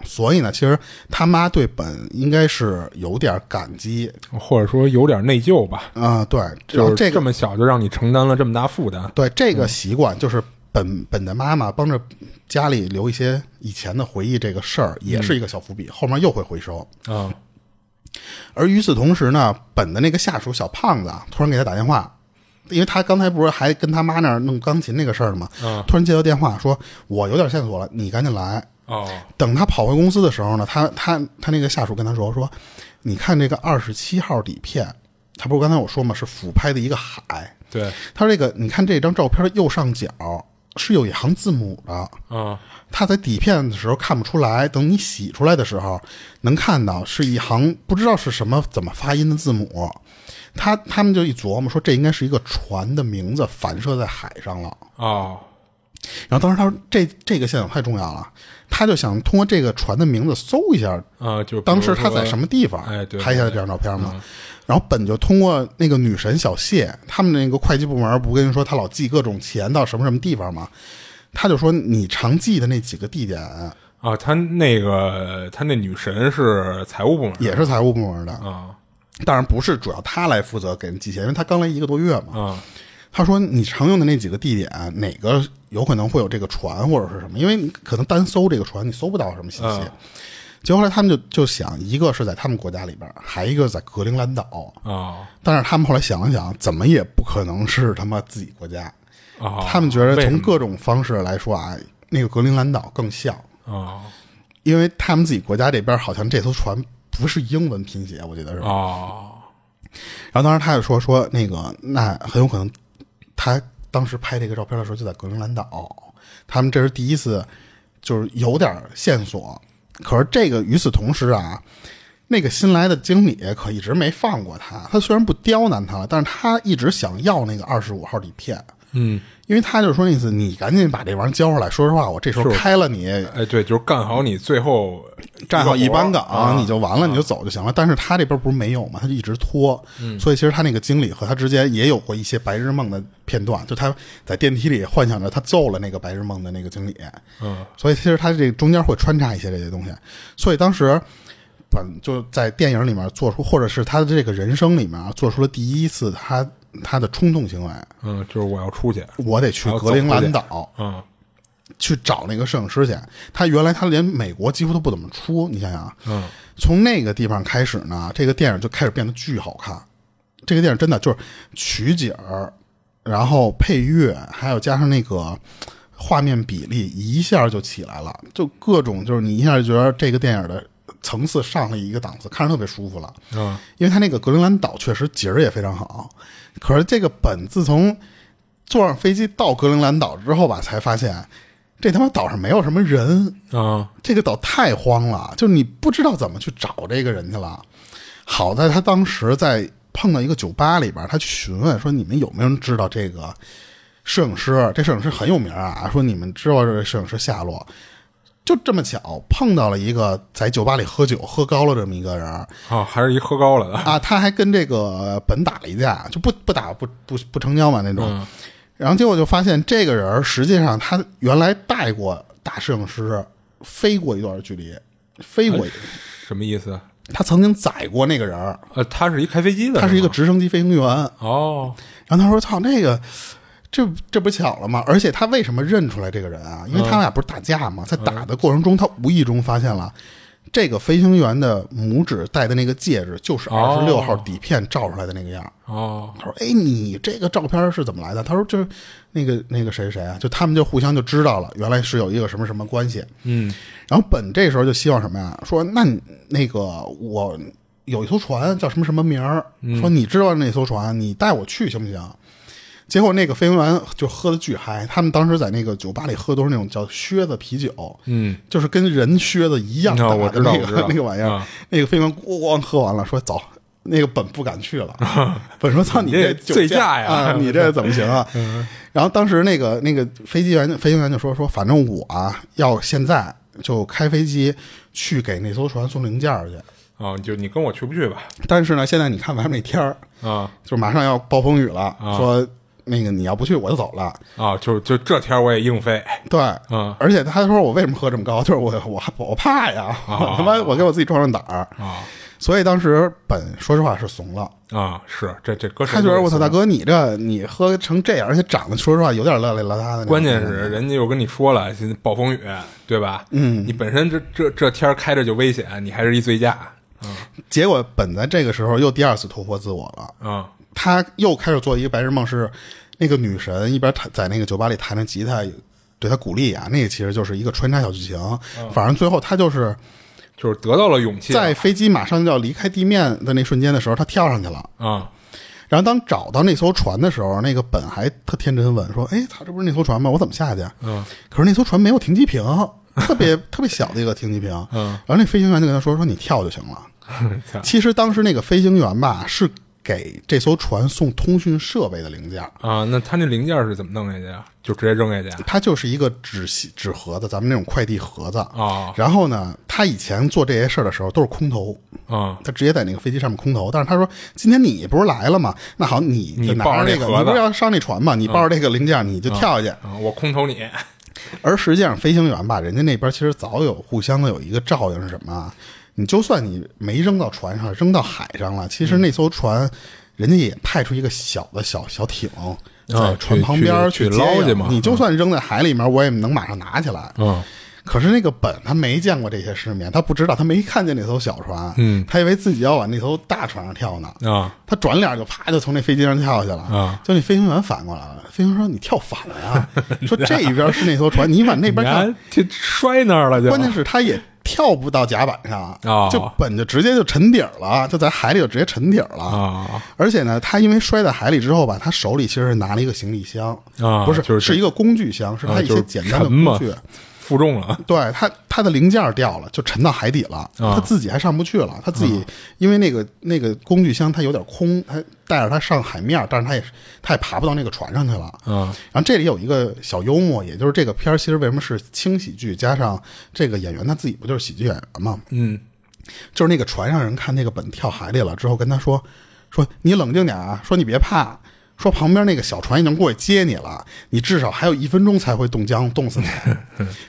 所以呢，其实他妈对本应该是有点感激或者说有点内疚吧，啊、对，然就后是这个么小就让你承担了这么大负担。对这个习惯就是。本本的妈妈帮着家里留一些以前的回忆，这个事儿也是一个小伏笔，后面又会回收。啊，而与此同时呢，本的那个下属小胖子啊，突然给他打电话，因为他刚才不是还跟他妈那儿弄钢琴那个事儿呢吗？嗯突然接到电话说，我有点线索了，你赶紧来。哦，等他跑回公司的时候呢，他他他那个下属跟他说说，你看这个二十七号底片，他不是刚才我说嘛，是俯拍的一个海。对，他说这个，你看这张照片右上角是有一行字母的，啊，他在底片的时候看不出来，等你洗出来的时候，能看到是一行不知道是什么怎么发音的字母。他他们就一琢磨说，这应该是一个船的名字反射在海上了。哦，然后当时他说这这个线索太重要了，他就想通过这个船的名字搜一下啊，就当时他在么？什么地方哎对嗯拍下的这张照片嘛。然后本就通过那个女神小谢，他们那个会计部门不跟你说他老寄各种钱到什么什么地方吗？他就说你常寄的那几个地点啊，他那个他那女神是财务部门的也是财务部门的，啊当然不是主要他来负责给人寄钱，因为他刚来一个多月嘛。啊他说你常用的那几个地点，哪个有可能会有这个船或者是什么？因为你可能单搜这个船，你搜不到什么信息。嗯结果后来他们就就想，一个是在他们国家里边，还一个在格陵兰岛。啊但是他们后来想了想，怎么也不可能是他妈自己国家。啊！他们觉得为从什么各种方式来说啊，那个格陵兰岛更像，啊因为他们自己国家这边好像这艘船不是英文拼写，我记得是。啊然后当时他就说说那个，那很有可能他当时拍这个照片的时候就在格陵兰岛，他们这是第一次，就是有点线索。可是这个与此同时啊，那个新来的经理可一直没放过他。他虽然不刁难他了，但是他一直想要那个二十五号底片，嗯，因为他就说那意思，你赶紧把这玩意儿交出来。说实话，我这时候是开了你，哎对，就是干好你最后站好一班岗、啊，你就完了，你就走就行了。但是他这边不是没有嘛，他就一直拖，嗯所以其实他那个经理和他之间也有过一些白日梦的片段，就他在电梯里幻想着他揍了那个白日梦的那个经理，嗯所以其实他这中间会穿插一些这些东西。所以当时本就在电影里面做出，或者是他的这个人生里面啊做出了第一次他他的冲动行为，嗯，就是我要出去我得去还要格陵走出兰去岛。啊去找那个摄影师去，他原来他连美国几乎都不怎么出，你想想，嗯从那个地方开始呢，这个电影就开始变得巨好看。这个电影真的就是取景儿，然后配乐，还有加上那个画面比例，一下就起来了，就各种就是你一下就觉得这个电影的层次上了一个档次，看着特别舒服了。嗯因为它那个格陵兰岛确实景儿也非常好，可是这个本自从坐上飞机到格陵兰岛之后吧，才发现这他妈岛上没有什么人，啊这个岛太荒了，就你不知道怎么去找这个人去了。好在他当时在碰到一个酒吧里边，他去询问说：“你们有没有人知道这个摄影师？这摄影师很有名啊，说你们知道这摄影师下落。”就这么巧碰到了一个在酒吧里喝酒喝高了这么一个人啊，还是一喝高了 的啊，他还跟这个本打了一架，就不不打不不不成交嘛那种。嗯然后结果就发现这个人儿实际上他原来带过大摄影师飞过一段距离，飞哎过一，什么意思？他曾经载过那个人儿，呃，他是一开飞机的吗，他是一个直升机飞行员。哦然后他说：“操，那个。”这这不巧了吗？而且嗯他为什么认出来这个人啊？因为他们俩不是打架吗？在打的过程中，他无意中发现了这个飞行员的拇指戴的那个戒指，就是二哦十六号底片照出来的那个样儿。哦，他说：“哎，你这个照片是怎么来的？”他说：“就是那个那个谁谁啊，就他们就互相就知道了，原来是有一个什么什么关系。”嗯，然后本这时候就希望什么呀？说那你那个我有一艘船叫什么什么名儿，嗯说你知道那艘船，你带我去行不行？结果那个飞行员就喝的巨嗨，他们当时在那个酒吧里喝都是那种叫靴子啤酒，嗯，哦就是跟人靴子一样大那我的知道那我知个 道那个玩意儿啊。那个飞行员咣咣喝完了，说走。那个本不敢去了，本说：“操，你啊你这酒醉驾驾呀嗯啊，你这怎么行 啊？”然后当时那个那个飞机员飞行员就说：“说反正我啊，要现在就开飞机去给那艘船送零件儿去。啊，就你跟我去不去吧？但是呢，现在你看外面那天儿，啊就马上要暴风雨了，啊说那个你要不去我就走了。啊，就就这天我也硬飞对，啊而且他说我为什么喝这么高，就是我我我怕呀，我他妈我给我自己壮壮胆儿。啊所以当时本说实话是怂了，啊！是这这搁谁他觉都得得我操怂大哥，你这你喝成这样，而且长得说实话有点邋里邋遢的那种。关键是人家又跟你说了，现在暴风雨，对吧？嗯，你本身这这这天儿开着就危险，你还是一醉驾，结果本在这个时候又第二次突破自我了，啊他又开始做一个白日梦，是那个女神一边弹在那个酒吧里弹着吉他，对他鼓励啊，那个其实就是一个穿插小剧情。嗯反正最后他就是就是得到了勇气在飞机马上就要离开地面的那瞬间的时候，他跳上去了。啊然后当找到那艘船的时候，那个本还特天真问说：“哎，他这不是那艘船吗？我怎么下去啊？”嗯可是那艘船没有停机坪， 特别特别小的一个停机坪。嗯然后那飞行员就跟他说：“说你跳就行了。操”其实当时那个飞行员吧，是给这艘船送通讯设备的零件儿， 啊！那他那零件是怎么弄下去啊？就直接扔下去啊它就是一个纸系纸盒子，咱们那种快递盒子。啊然后呢，他以前做这些事儿的时候都是空投，啊！他直接在那个飞机上面空投。但是他说，今天你不是来了吗？那好，你就你拿抱着着这个，那盒子嗯你不是要上那船吗？你抱着这个零件，你就跳下去。啊我空投你而实际上，飞行员吧，人家那边其实早有互相的有一个照应是什么啊？你就算你没扔到船上，扔到海上了，其实那艘船，人家也派出一个小的小小艇。在船啊去旁边儿去接捞应去嘛你就算扔在海里面，我也能马上拿起来。啊可是那个本他没见过这些世面，他不知道，他没看见那艘小船，嗯，他以为自己要往那艘大船上跳呢，啊他转脸就啪就从那飞机上跳下去了，啊！就那飞行员反过来了，飞行员说你跳反了 呀，说这一边是那艘船，你往那边你跳，还就摔那儿了就，关键是他也跳不到甲板上，啊哦就本就直接就沉底儿了，就在海里就直接沉底儿了。啊而且呢，他因为摔在海里之后吧，他手里其实是拿了一个行李箱，啊，不是、就是一个工具箱，是他啊一就些是简单的沉嘛工具。负重了对他，他的零件儿掉了，就沉到海底了，他自己还上不去了。他自己、因为那个那个工具箱它有点空，他带着他上海面儿，但是他也他也爬不到那个船上去了。啊然后这里有一个小幽默，也就是这个片儿其实为什么是轻喜剧，加上这个演员他自己不就是喜剧演员吗？嗯就是那个船上人看那个本跳海里了之后，跟他说说你冷静点啊，说你别怕。说旁边那个小船已经过去接你了，你至少还有一分钟才会冻僵，冻死你。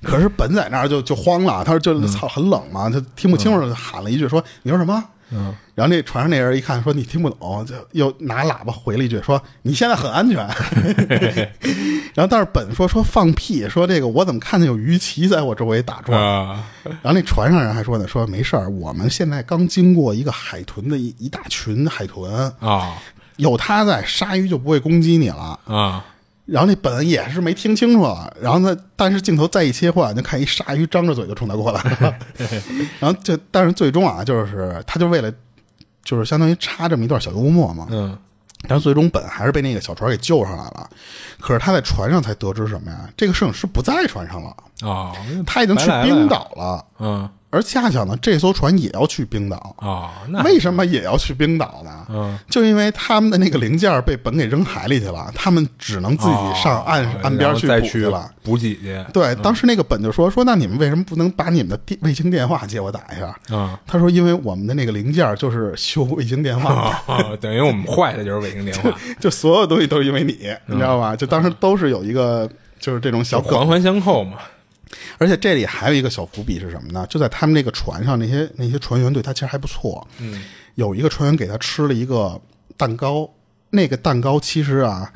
可是本在那儿就就慌了，他说就操很冷嘛，就听不清楚，就喊了一句说你说什么？嗯，然后那船上那人一看说你听不懂，就又拿喇叭回了一句说你现在很安全。 然后但是本说说放屁，说这个我怎么看见有鱼鳍在我周围打转？啊然后那船上人还说呢，说没事儿，我们现在刚经过一个海豚的一一大群海豚，啊有它在，鲨鱼就不会攻击你了。啊！然后那本也是没听清楚，然后呢，但是镜头再一切换，就看一鲨鱼张着嘴就冲他过来了。 然后就，但是最终啊，就是他就为了，就是相当于插这么一段小幽默嘛。嗯但是最终本还是被那个小船给救上来了。可是他在船上才得知什么呀？这个摄影师不在船上了，啊，他已经去白来了呀冰岛了。嗯而恰巧呢，这艘船也要去冰岛。啊，那为什么也要去冰岛呢？嗯，就因为他们的那个零件被本给扔海里去了，他们只能自己上岸、哦岸边然后去再补去嗯了。补给去。对，当时那个本就说说，那你们为什么不能把你们的电卫星电话借我打一下？啊他说，因为我们的那个零件就是修卫星电话的，啊， 等于我们坏的就是卫星电 话，就所有东西都是因为你，你知嗯道吧？就当时都是有一个就是这种小梗环环相扣嘛。而且这里还有一个小伏笔是什么呢？就在他们那个船上，那些那些船员对他其实还不错。嗯，有一个船员给他吃了一个蛋糕，那个蛋糕其实啊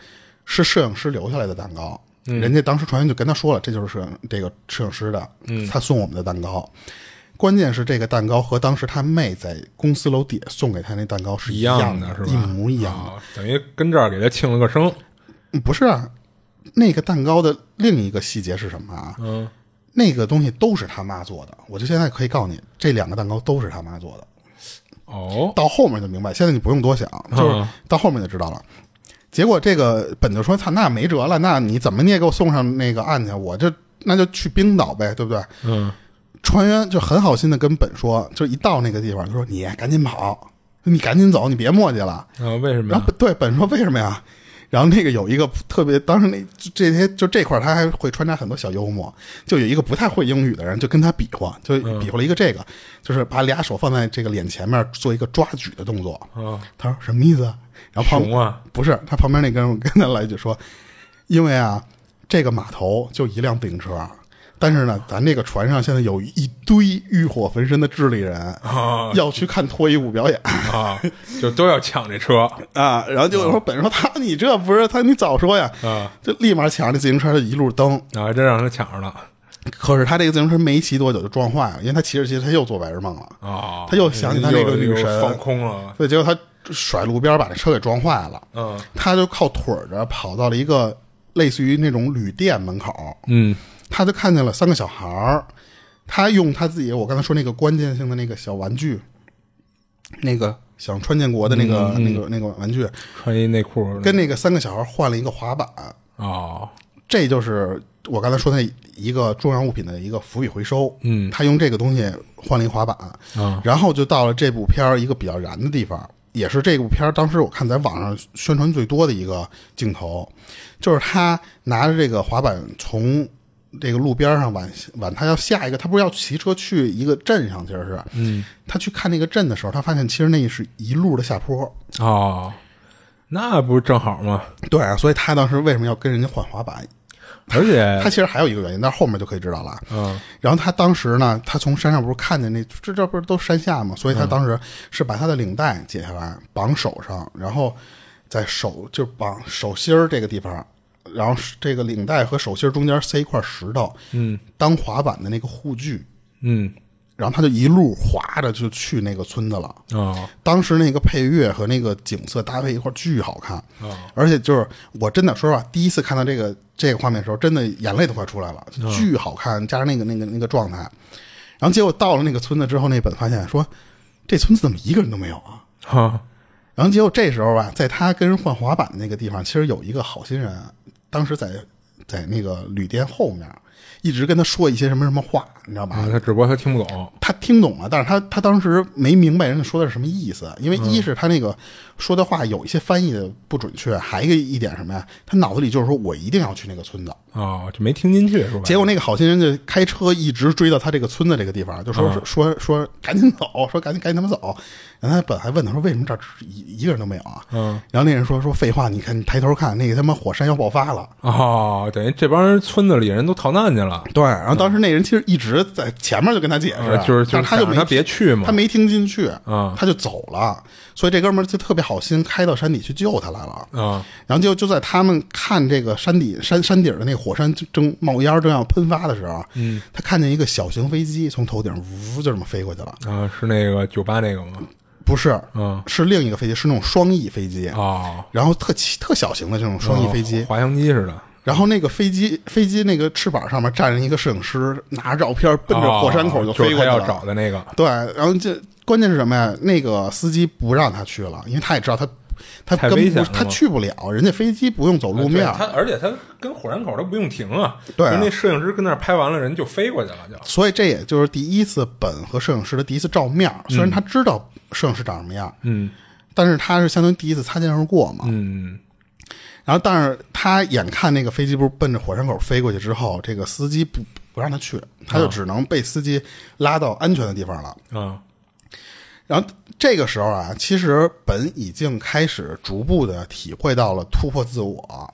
是摄影师留下来的蛋糕。嗯人家当时船员就跟他说了，这就是摄影这个摄影师的，嗯，他送我们的蛋糕。关键是这个蛋糕和当时他妹在公司楼底下送给他那蛋糕是一样的，是吧？一模一样的。啊等于跟这儿给他庆了个生。嗯不是啊，那个蛋糕的另一个细节是什么啊？嗯，那个东西都是他妈做的，我就现在可以告诉你，这两个蛋糕都是他妈做的。哦，到后面就明白，现在你不用多想，就是到后面就知道了。结果这个本就说：“操，那没辙了，那你怎么你也给我送上那个案去？我就那就去冰岛呗，对不对嗯，？”船员就很好心的跟本说，就一到那个地方，他说：“你赶紧跑，你赶紧走，你别磨叽了。”啊，为什么然呀后？对本说为什么呀？然后那个有一个特别，当时那就这些就这块儿他还会穿插很多小幽默，就有一个不太会英语的人就跟他比划，就嗯比划了一个这个，就是把俩手放在这个脸前面做一个抓举的动作。啊，他说什么意思啊？然后旁熊啊，不是他旁边那哥们儿跟他来一句说，因为啊这个码头就一辆自行车，但是呢咱这个船上现在有一堆欲火焚身的智利人啊要去看脱衣舞表演。 啊，就都要抢这车啊，然后就说本人说他 你这不是他你早说呀，啊就立马抢着那自行车就一路蹬。啊，真让他抢上了可是他这个自行车没骑多久就撞坏了，因为他骑着骑着他又做白日梦了，啊！他又想起他那个女神又放空了，所以结果他甩路边把这车给撞坏了。嗯他就靠腿儿着跑到了一个类似于那种旅店门口，嗯他就看见了三个小孩儿，他用他自己我刚才说那个关键性的那个小玩具，那个想穿建国的那个、那个那个玩具，穿一内裤跟那个三个小孩儿换了一个滑板。哦，这就是我刚才说的一个重要物品的一个伏笔回收。嗯他用这个东西换了一滑板，啊然后就到了这部片儿一个比较燃的地方，也是这部片儿当时我看在网上宣传最多的一个镜头，就是他拿着这个滑板从。这个路边上往往他要下一个，他不是要骑车去一个镇上，其实是，嗯他去看那个镇的时候，他发现其实那是一路的下坡，哦，那不是正好吗？对啊，所以他当时为什么要跟人家换滑板？而且他其实还有一个原因，但是后面就可以知道了啊。嗯然后他当时呢，他从山上不是看见那这这不是都山下嘛，所以他嗯当时是把他的领带解下来绑手上，然后在手就绑手心儿这个地方，然后这个领带和手心儿中间塞一块石头，嗯当滑板的那个护具，嗯然后他就一路滑着就去那个村子了。哦当时那个配乐和那个景色搭配一块儿巨好看，而且就是我真的说实话，第一次看到这个这个画面的时候，真的眼泪都快出来了，巨好看，加上那个那个那个状态。然后结果到了那个村子之后，那本发现说这村子怎么一个人都没有啊？哈然后结果这时候吧，在他跟人换滑板的那个地方，其实有一个好心人，当时在在那个旅店后面一直跟他说一些什么什么话，你知道吗？啊，他只不过他听不懂他听懂了，但是他他当时没明白人家说的是什么意思，因为一是他那个说的话有一些翻译的不准确，还有一点什么呀，他脑子里就是说我一定要去那个村子。哦，就没听进去是吧？结果那个好心人就开车一直追到他这个村子这个地方，就说说说说赶紧走，说赶紧赶紧他们走。然后他本还问他说为什么这儿只一一个人都没有啊？嗯然后那人说说废话，你看你抬头看那个他妈火山要爆发了。哦，等于这帮人村子里人都逃难去了，对，然后当时那人其实一直在前面就跟他解释啊，嗯就是就但是他就想没让他别去嘛他没听进去啊他就走了。所以这哥们儿就特别好心，开到山底去救他来了。啊然后就就在他们看这个山底山山底儿的那火山正冒烟儿正要喷发的时候，嗯，他看见一个小型飞机从头顶呜就这么飞过去了，啊，是那个酒吧那个吗？不是，嗯是另一个飞机，是那种双翼飞机，哦，然后特奇特小型的这种双翼飞机哦，滑翔机似的。然后那个飞机飞机那个翅膀上面站着一个摄影师，拿着照片奔着火山口啊哦就飞过去了。要找的那个对，然后这关键是什么呀？那个司机不让他去了，因为他也知道他他太根危不险了他嘛啊去不了，人家飞机不用走路面儿，他而且他跟火山口都不用停啊，对啊就那摄影师跟那儿拍完了，人就飞过去了，就所以这也就是第一次本和摄影师的第一次照面儿。虽然他知道摄影师长什么样，嗯但是他是相当于第一次擦肩而过嘛。嗯然后，但是他眼看那个飞机不是奔着火山口飞过去之后，这个司机不不让他去，他就只能被司机拉到安全的地方了。啊然后这个时候啊，其实本已经开始逐步的体会到了突破自我，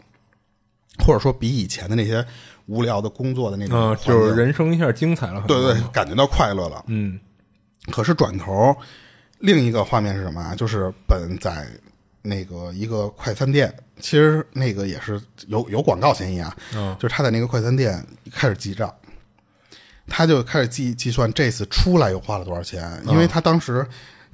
或者说比以前的那些无聊的工作的那种嗯，环境、就是人生一下精彩了，对对，感觉到快乐了。嗯可是转头，另一个画面是什么啊？就是本在那个一个快餐店，其实那个也是有有广告嫌疑啊，嗯就是他在那个快餐店开始记账，他就开始计计算这次出来又花了多少钱，因为他当时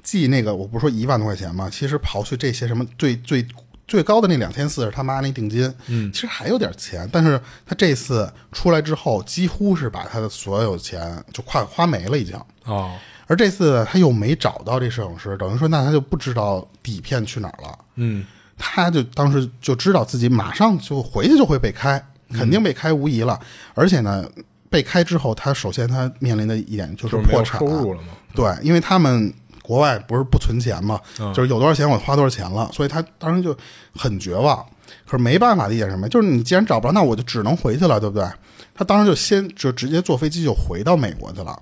计那个，我不是说一万多块钱嘛，其实刨去这些什么最最最高的那两千四是他妈那定金，嗯，其实还有点钱，但是他这次出来之后，几乎是把他的所有钱就快花没了已经。哦，而这次他又没找到这摄影师，等于说那他就不知道底片去哪儿了。嗯，他就当时就知道自己马上就回去就会被开，肯嗯定被开无疑了。而且呢，被开之后，他首先他面临的一点就是就是没破有产，收入了嘛。对，因为他们国外不是不存钱嘛，就是有多少钱我花多少钱了，所以他当时就很绝望。可是没办法的一点是什么，就是你既然找不着，那我就只能回去了，对不对？他当时就先就直接坐飞机就回到美国去了。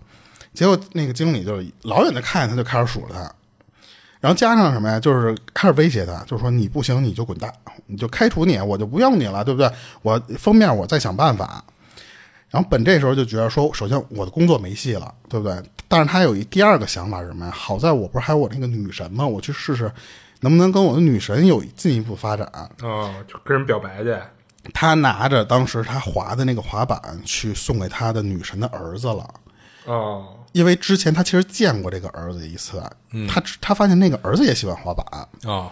结果那个经理就老远的看见他，就开始数落他，然后加上什么呀，就是开始威胁他，就说你不行你就滚蛋，你就开除你，我就不要你了，对不对？我封面我再想办法。然后本这时候就觉得说，首先我的工作没戏了，对不对？但是他有一第二个想法是什么呀？好在我不是还有我那个女神吗？我去试试，能不能跟我的女神有进一步发展？哦，就跟人表白去。他拿着当时他滑的那个滑板去送给他的女神的儿子了。哦，因为之前他其实见过这个儿子一次，他他发现那个儿子也喜欢滑板，哦，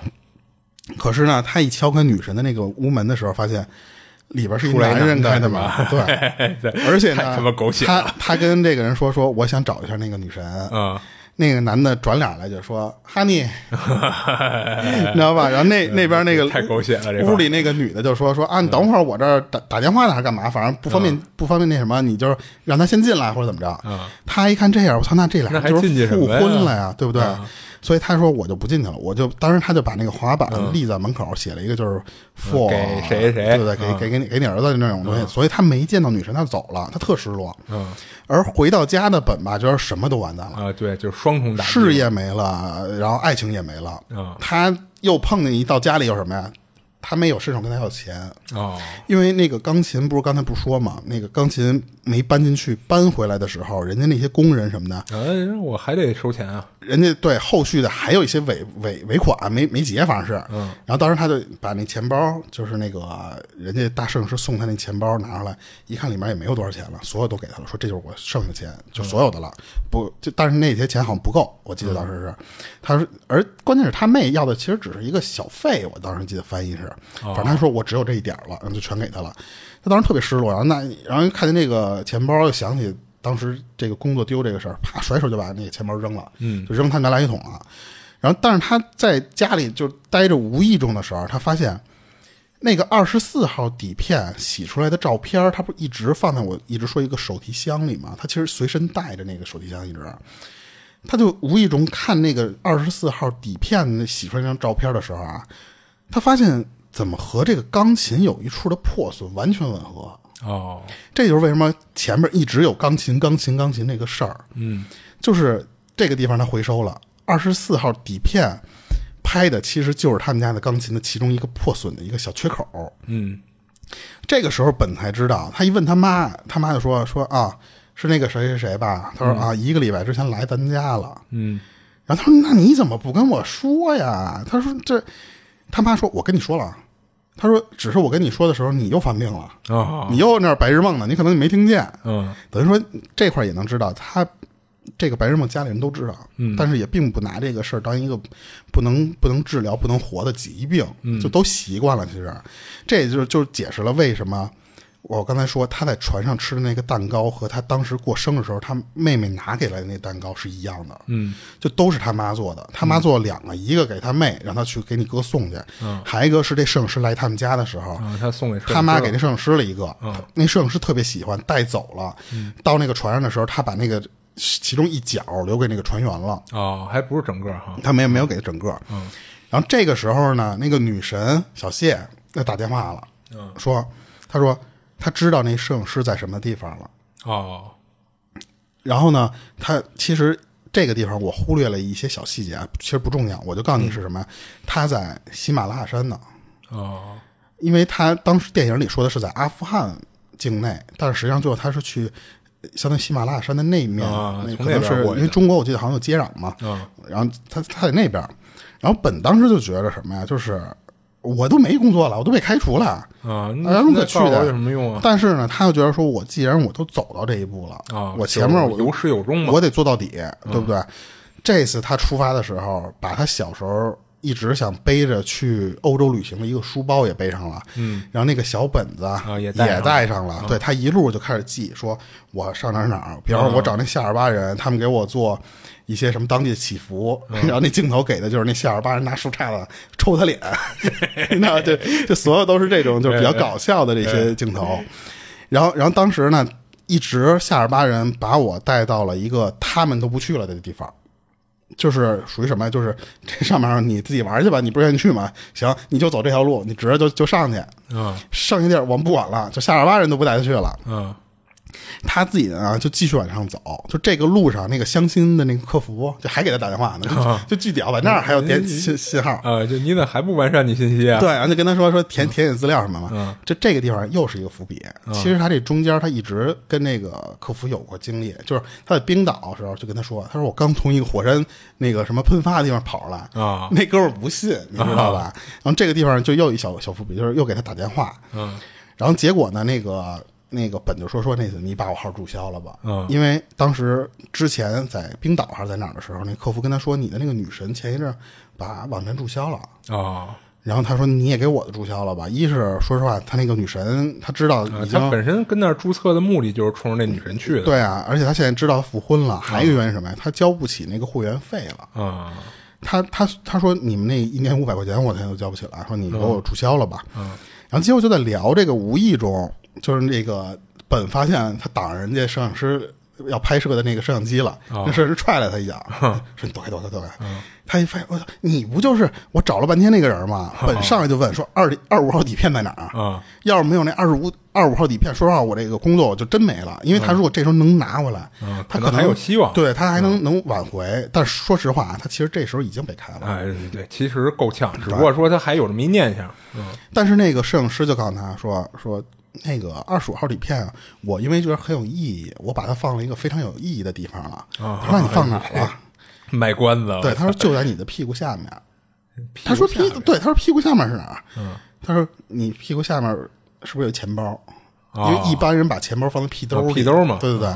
可是呢，他一敲开女神的那个屋门的时候，发现里边是一男人开的门，对， 而且呢，太他妈狗血他他跟这个人说说，我想找一下那个女神，嗯， 那个男的转脸来就说哈 尼，你知道吧？然后那那边那个嗯太狗血了这块儿屋里那个女的就说说啊，你等会儿，我这儿打打电话呢还是干嘛？反正不方便嗯不方便那什么，你就是让他先进来或者怎么着。他一看这样，我操，那这俩那人还就进去是什复么呀嗯婚了呀，对不对？所以他说我就不进去了，我就当时他就把那个滑板立在门口，写了一个就是 for 嗯给谁谁对嗯不对？给给给你给你儿子那种东西，所以他没见到女神，他走了，他特失落。嗯，而回到家的本吧，觉得什么都完蛋了。啊，对，就是双重打击。事业没了，然后爱情也没了。嗯他又碰见一到家里有什么呀？他没有伸手跟他要钱，哦，因为那个钢琴不是刚才不是说嘛，那个钢琴没搬进去，搬回来的时候，人家那些工人什么的，嗯，我还得收钱啊。人家对后续的还有一些尾尾尾款没没结，反正是。嗯。然后当时他就把那钱包，就是那个人家大摄影师送他那钱包拿出来，一看里面也没有多少钱了，所有都给他了，说这就是我剩下的钱，就所有的了。不，就但是那些钱好像不够，我记得当时是，他说，而关键是他妹要的其实只是一个小费，我当时记得翻译是，反正他说我只有这一点儿了，然后就全给他了。他当时特别失落，然后那然后看见那个钱包，又想起当时这个工作丢这个事儿，啪甩手就把那个钱包扔了，嗯，就扔他那垃圾桶了。然后，但是他在家里就待着无意中的时候，他发现那个二十四号底片洗出来的照片儿，他不是一直放在我一直说一个手提箱里吗？他其实随身带着那个手提箱一直。他就无意中看那个二十四号底片洗出来那张照片的时候啊，他发现怎么和这个钢琴有一处的破损完全吻合。哦，这就是为什么前面一直有钢琴、钢琴、钢琴那个事儿。嗯，就是这个地方他回收了二十四号底片拍的，其实就是他们家的钢琴的其中一个破损的一个小缺口。嗯，这个时候本才知道，他一问他妈，他妈就说说啊，是那个谁谁谁吧？他说、啊，一个礼拜之前来咱家了。嗯，然后他说：“那你怎么不跟我说呀？”他说：“这，他妈说，我跟你说了啊。”他说：“只是我跟你说的时候，你又犯病了，哦，你又那儿白日梦呢，你可能没听见。嗯，等于说这块儿也能知道，他这个白日梦家里人都知道，但是也并不拿这个事儿当一个不能不能治疗、不能活的疾病，就都习惯了。其实，这也就就解释了为什么我刚才说他在船上吃的那个蛋糕和他当时过生日时候他妹妹拿给来的那蛋糕是一样的，嗯，就都是他妈做的。他妈做了两个，一个给他妹，让他去给你哥送去，还一个是这摄影师来他们家的时候，然后他送给摄影师他妈给那摄影师了一个，那摄影师特别喜欢，带走了。到那个船上的时候，他把那个其中一角留给那个船员了，哦，还不是整个哈。他没有没有给整个。然后这个时候呢，那个女神小谢那打电话了，说她说她知道那摄影师在什么地方了。哦，然后呢，他其实这个地方我忽略了一些小细节，啊，其实不重要，我就告诉你是什么，他在喜马拉雅山呢。哦，因为他当时电影里说的是在阿富汗境内，但是实际上最后他是去呃相当于喜马拉雅山的那一面，啊那从可能那边是过因去的啊为中国我记得好像有接壤嘛，然后他他在那边，然后本当时就觉得什么呀，就是。我都没工作了，我都被开除了。啊，啊那那么那去告诉的我有什么用啊？但是呢，他又觉得说，我既然我都走到这一步了，啊，我前面就嗯我有始有终嘛。我得做到底，对不对？这次他出发的时候，把他小时候一直想背着去欧洲旅行的一个书包也背上了，嗯，然后那个小本子啊也也带上了嗯带上了。对他一路就开始记，说我上哪儿哪儿，比嗯方说我找那夏尔巴人，他们给我做一些什么当地祈福，嗯 然后那镜头给的就是那夏尔巴人拿树杈子抽他脸， 那这这所有都是这种就是比较搞笑的这些镜头。然后，然后当时呢，一直夏尔巴人把我带到了一个他们都不去了的地方。就是属于什么呀？就是 这上面你自己玩去吧，你不愿意去嘛？行，你就走这条路，你直着就就上去，啊剩下地儿我们不管了，就夏尔巴人都不带他去了。啊他自己呢就继续往上走，就这个路上那个相亲的那个客服就还给他打电话呢，就就巨屌，把那儿还有点信信号，啊！就你怎么还不完善你信息啊？对，然后就跟他说说填填写资料什么嘛，嗯这这个地方又是一个伏笔。其实他这中间他一直跟那个客服有过经历，就是他在冰岛的时候就跟他说，他说我刚从一个火山那个什么喷发的地方跑了，啊， 那哥们儿不信，你知道吧？然后这个地方就又一小小伏笔，就是又给他打电话，嗯然后结果呢，那个那个本就说说那次你把我号注销了吧，嗯因为当时之前在冰岛还是在哪儿的时候，那客服跟他说你的那个女神前一阵儿把网站注销了。啊，然后他说：“你也给我的注销了吧？一是说实话，他那个女神，他知道啊已经、他本身跟那儿注册的目的就是冲着那女神去的对啊，而且他现在知道复婚了。还有一个原因是什么呀？他交不起那个会员费了。啊他他他说你们那一年五百块钱我现在都交不起了，说你给我注销了吧。嗯然后结果就在聊这个，无意中就是那个本发现他挡人家摄影师要拍摄的那个摄像机了，哦嗯那摄影师踹了他一脚， 说你躲开躲开躲开。他一发现，我操，你不就是我找了半天那个人吗？嗯本上来就问说二二五号底片在哪儿？啊要是没有那二十五二五号底片，说实话，我这个工作我就真没了。因为他如果这时候能拿回来，啊，他嗯能能还有希望。嗯对他还能、能挽回。但是说实话，啊他其实这时候已经被开了。哎，对，其实够呛，只不过说他还有这么一念想。嗯但是那个摄影师就告诉他说说那个二十五号底片啊，我因为觉得很有意义，我把它放了一个非常有意义的地方了。啊他说那你放哪儿了？卖关子了，对，他说就在你的屁股下面。屁股他说下屁股，对，他说屁股下面是哪儿？啊嗯，他说你屁股下面是不是有钱包？啊因为一般人把钱包放在屁兜里，啊屁兜嘛啊对对对。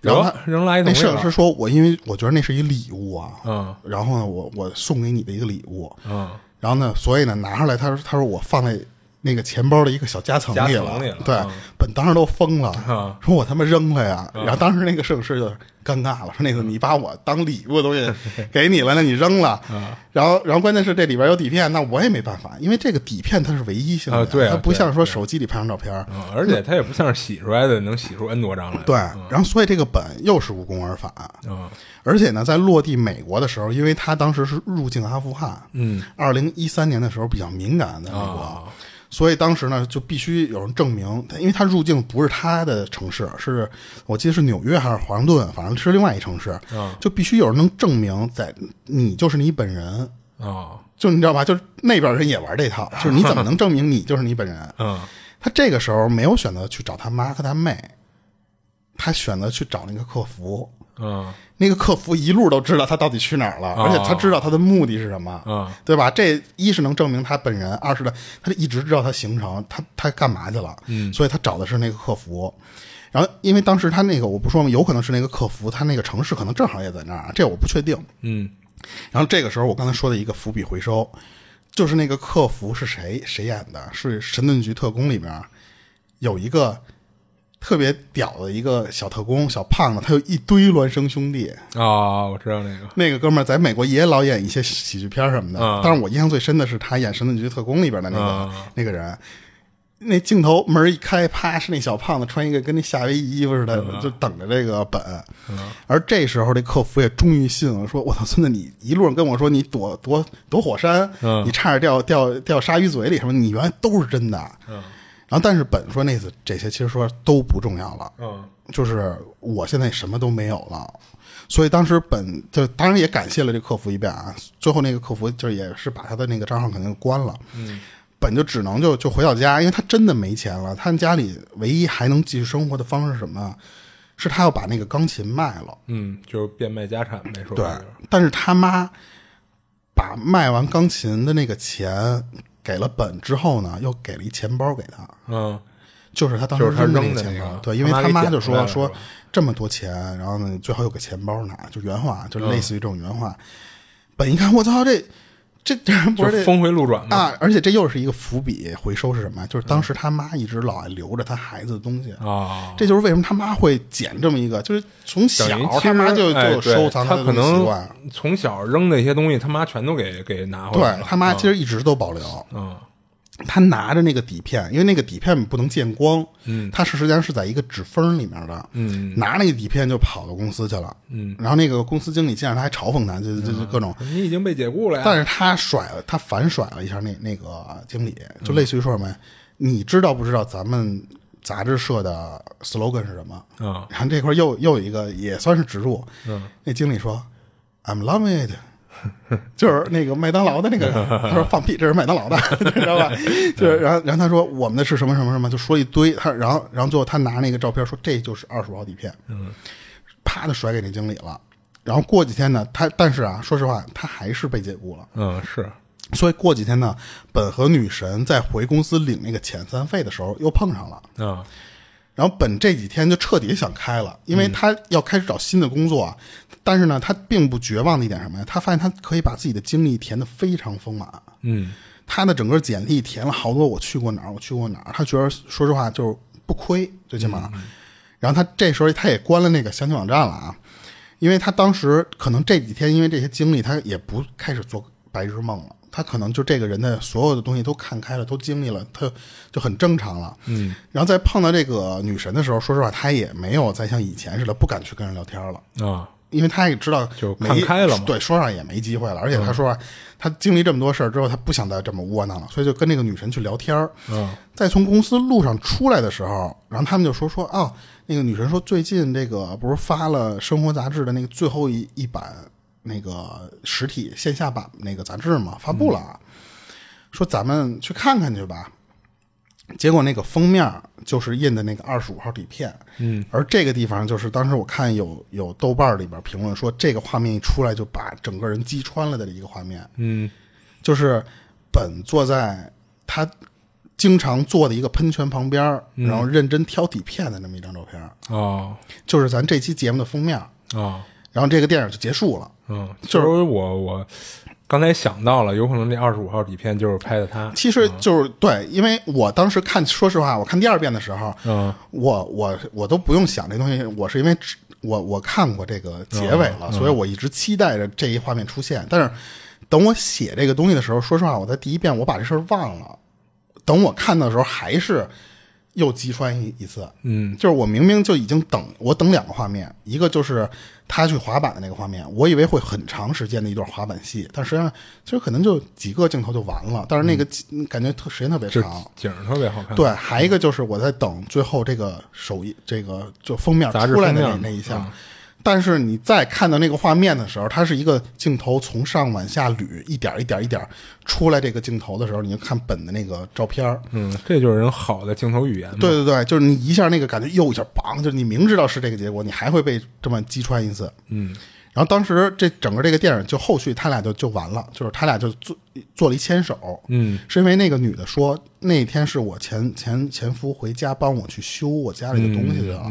然后他得扔垃圾桶那摄里影了师说：“我因为我觉得那是一礼物啊，嗯然后呢，我我送给你的一个礼物，嗯然后呢，所以呢，拿出来，他说他说我放在那个钱包的一个小夹层里夹层里了对，嗯本当时都疯了，嗯说我他妈扔了呀。然后当时那个摄影师就尴尬了，说那个你把我当礼物的东 西给你了，那你扔了。嗯然后然后关键是这里边有底片，那我也没办法，因为这个底片它是唯一性的呀，啊对啊它不对啊像说手机里拍张照片儿。嗯，而且他也不像是洗出来的，能洗出 N 多张来。对，然后所以这个本又是无功而返，嗯而且呢，在落地美国的时候，因为他当时是入境阿富汗，嗯二零一三年的时候比较敏感，在美国，啊所以当时呢就必须有人证明，因为他入境不是他的城市，是我记得是纽约还是华盛顿，反正是另外一城市，啊就必须有人能证明在你就是你本人，啊就你知道吧？就是那边人也玩这 套，就是你怎么能证明你就是你本人？嗯他这个时候没有选择去找他妈和他妹，他选择去找那个客服。嗯那个客服一路都知道他到底去哪儿了，哦而且他知道他的目的是什么，嗯对吧？这一是能证明他本人，二是呢，他一直知道他行程，他他干嘛去了，嗯，所以他找的是那个客服。然后，因为当时他那个我不说吗？有可能是那个客服，他那个城市可能正好也在那儿，这我不确定。嗯然后这个时候，我刚才说的一个伏笔回收，就是那个客服是谁谁演的？是《神盾局特工》里面有一个特别屌的一个小特工，小胖子，他有一堆孪生兄弟。啊，我知道那个那个哥们儿在美国也老演一些喜剧片什么的，嗯但是我印象最深的是他演《神盾局特工》里边的那个、嗯那个人。那镜头门一开，啪，是那小胖子穿一个跟那夏威夷衣服似的，就等着这个本。而这时候，这客服也终于信了，说：“我操，孙子，你一路上跟我说你躲躲躲火山，嗯你差点掉掉掉鲨鱼嘴里什么，你原来都是真的。”嗯然后，但是本说那次这些其实说都不重要了，嗯就是我现在什么都没有了，所以当时本就当然也感谢了这客服一遍啊。最后那个客服就是也是把他的那个账号肯定关了，嗯本就只能就就回到家，因为他真的没钱了。他们家里唯一还能继续生活的方式是什么？是他要把那个钢琴卖了。嗯，就是变卖家产呗，说对白了，但是他妈把卖完钢琴的那个钱给了本之后呢，又给了一钱包给他，嗯，就是他当时就是他的扔的钱那包。个啊对，他因为妈他给妈捡就回来说了说是吧这么多钱，然后呢，最后又给钱包拿，就原话，就嗯类似于这种原话。本一看，我操，这这这人不就是这是峰回路转嘛。啊！而且这又是一个伏笔，回收是什么？就是当时他妈一直老爱留着他孩子的东西。啊，这就是为什么他妈会捡这么一个，就是从小等于其实他妈就就哎有对收藏他的可这种习惯。能从小扔的一些东西，他妈全都给给拿回来对了。他妈嗯其实一直都保留，嗯他拿着那个底片，因为那个底片不能见光，嗯他是实际上是在一个纸封里面的，嗯拿那个底片就跑到公司去了，嗯，然后那个公司经理见着他还嘲讽他，就就就各种，你已经被解雇了呀。但是他甩了，他反甩了一下那那个经理，嗯就类似于说什么，你知道不知道咱们杂志社的 slogan 是什么？嗯然后这块儿又又有一个也算是植入，嗯，那经理说，I'm love it，就是那个麦当劳的那个人，他说放屁，这是麦当劳的， 你知道吧？就是然后然后他说我们的是什么什么什么，就说一堆，他然后然后最后他拿那个照片说这就是二十五号底片，嗯，啪的甩给那经理了。然后过几天呢，他但是啊，说实话，他还是被解雇了。嗯是所以过几天呢，本和女神在回公司领那个遣散费的时候又碰上了。嗯然后本这几天就彻底想开了，因为他要开始找新的工作啊。但是呢，他并不绝望的一点是什么呀？他发现他可以把自己的经历填得非常丰满。啊嗯他的整个简历填了好多我去过哪儿，我去过哪儿。他觉得说实话就是不亏，最起码。然后他这时候他也关了那个详情网站了啊，因为他当时可能这几天因为这些经历，他也不开始做白日梦了。他可能就这个人的所有的东西都看开了，都经历了，他就很正常了。嗯，然后在碰到这个女神的时候，说实话，他也没有再像以前似的不敢去跟人聊天了。啊因为他也知道就没看开了嘛嗯对，说上也没机会了。而且他说啊，他经历这么多事儿之后，他不想再这么窝囊了，所以就跟那个女神去聊天儿。嗯在从公司路上出来的时候，然后他们就说说啊、那个女神说最近这个不是发了《生活》杂志的那个最后一一版那个实体线下版那个杂志嘛，发布了啊，说咱们去看看去吧。结果那个封面就是印的那个二十五号底片，嗯，而这个地方就是当时我看有有豆瓣里边评论说，这个画面一出来就把整个人击穿了的一个画面，嗯就是本坐在他经常坐的一个喷泉旁边，然后认真挑底片的那么一张照片，哦就是咱这期节目的封面。哦然后这个电影就结束了。嗯，就是就是我我刚才想到了，有可能这二十五号底片就是拍的他。其实就是对，因为我当时看，说实话，我看第二遍的时候，嗯我我我都不用想这东西，我是因为只我我看过这个结尾了，嗯所以我一直期待着这一画面出现。但是等我写这个东西的时候，说实话，我在第一遍我把这事儿忘了，等我看到的时候还是又击穿一一次。嗯就是我明明就已经等我等两个画面，一个就是他去滑板的那个画面，我以为会很长时间的一段滑板戏，但实际上其实可能就几个镜头就完了，但是那嗯个几、感觉特时间特别这长。景儿特别好看。嗯对，还一个就是我在等最后这个首页这个就封面杂志出来的封那面那一下，嗯但是你再看到那个画面的时候，它是一个镜头从上往下捋，一点儿一点儿一点儿出来这个镜头的时候，你就看本的那个照片儿嗯，这就是人好的镜头语言嘛。对对对，就是你一下那个感觉，又一下梆，就是你明知道是这个结果，你还会被这么击穿一次。嗯然后当时这整个这个电影就后续他俩就就完了，就是他俩就做做了一牵手，嗯。是因为那个女的说那天是我前前前夫回家帮我去修我家里的东西去了，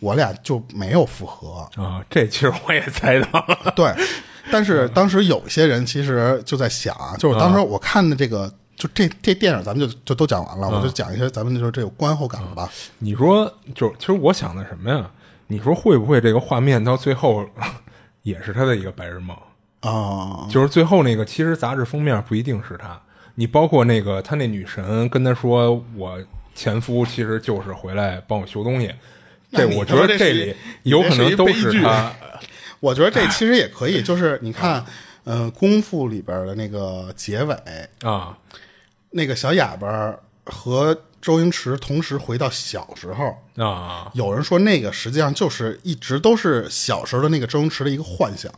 我俩就没有复合啊，这其实我也猜到了。对，但嗯是当时有些人其实就在想啊，就是当时我看的这个。就这这电影，咱们就就都讲完了，嗯我就讲一些咱们就说这有观后感吧。 你说，就是其实我想的什么呀？你说会不会这个画面到最后也是他的一个白日梦？啊、就是最后那个，其实杂志封面不一定是他。你包括那个他那女神跟他说，我前夫其实就是回来帮我修东西。那这你我觉他妈得这这是一里有可能都是他。 我觉得这其实也可 以，就是你看，嗯呃，功夫里边的那个结尾，啊那个小哑巴和周星驰同时回到小时候，啊！有人说那个实际上就是一直都是小时候的那个周星驰的一个幻想，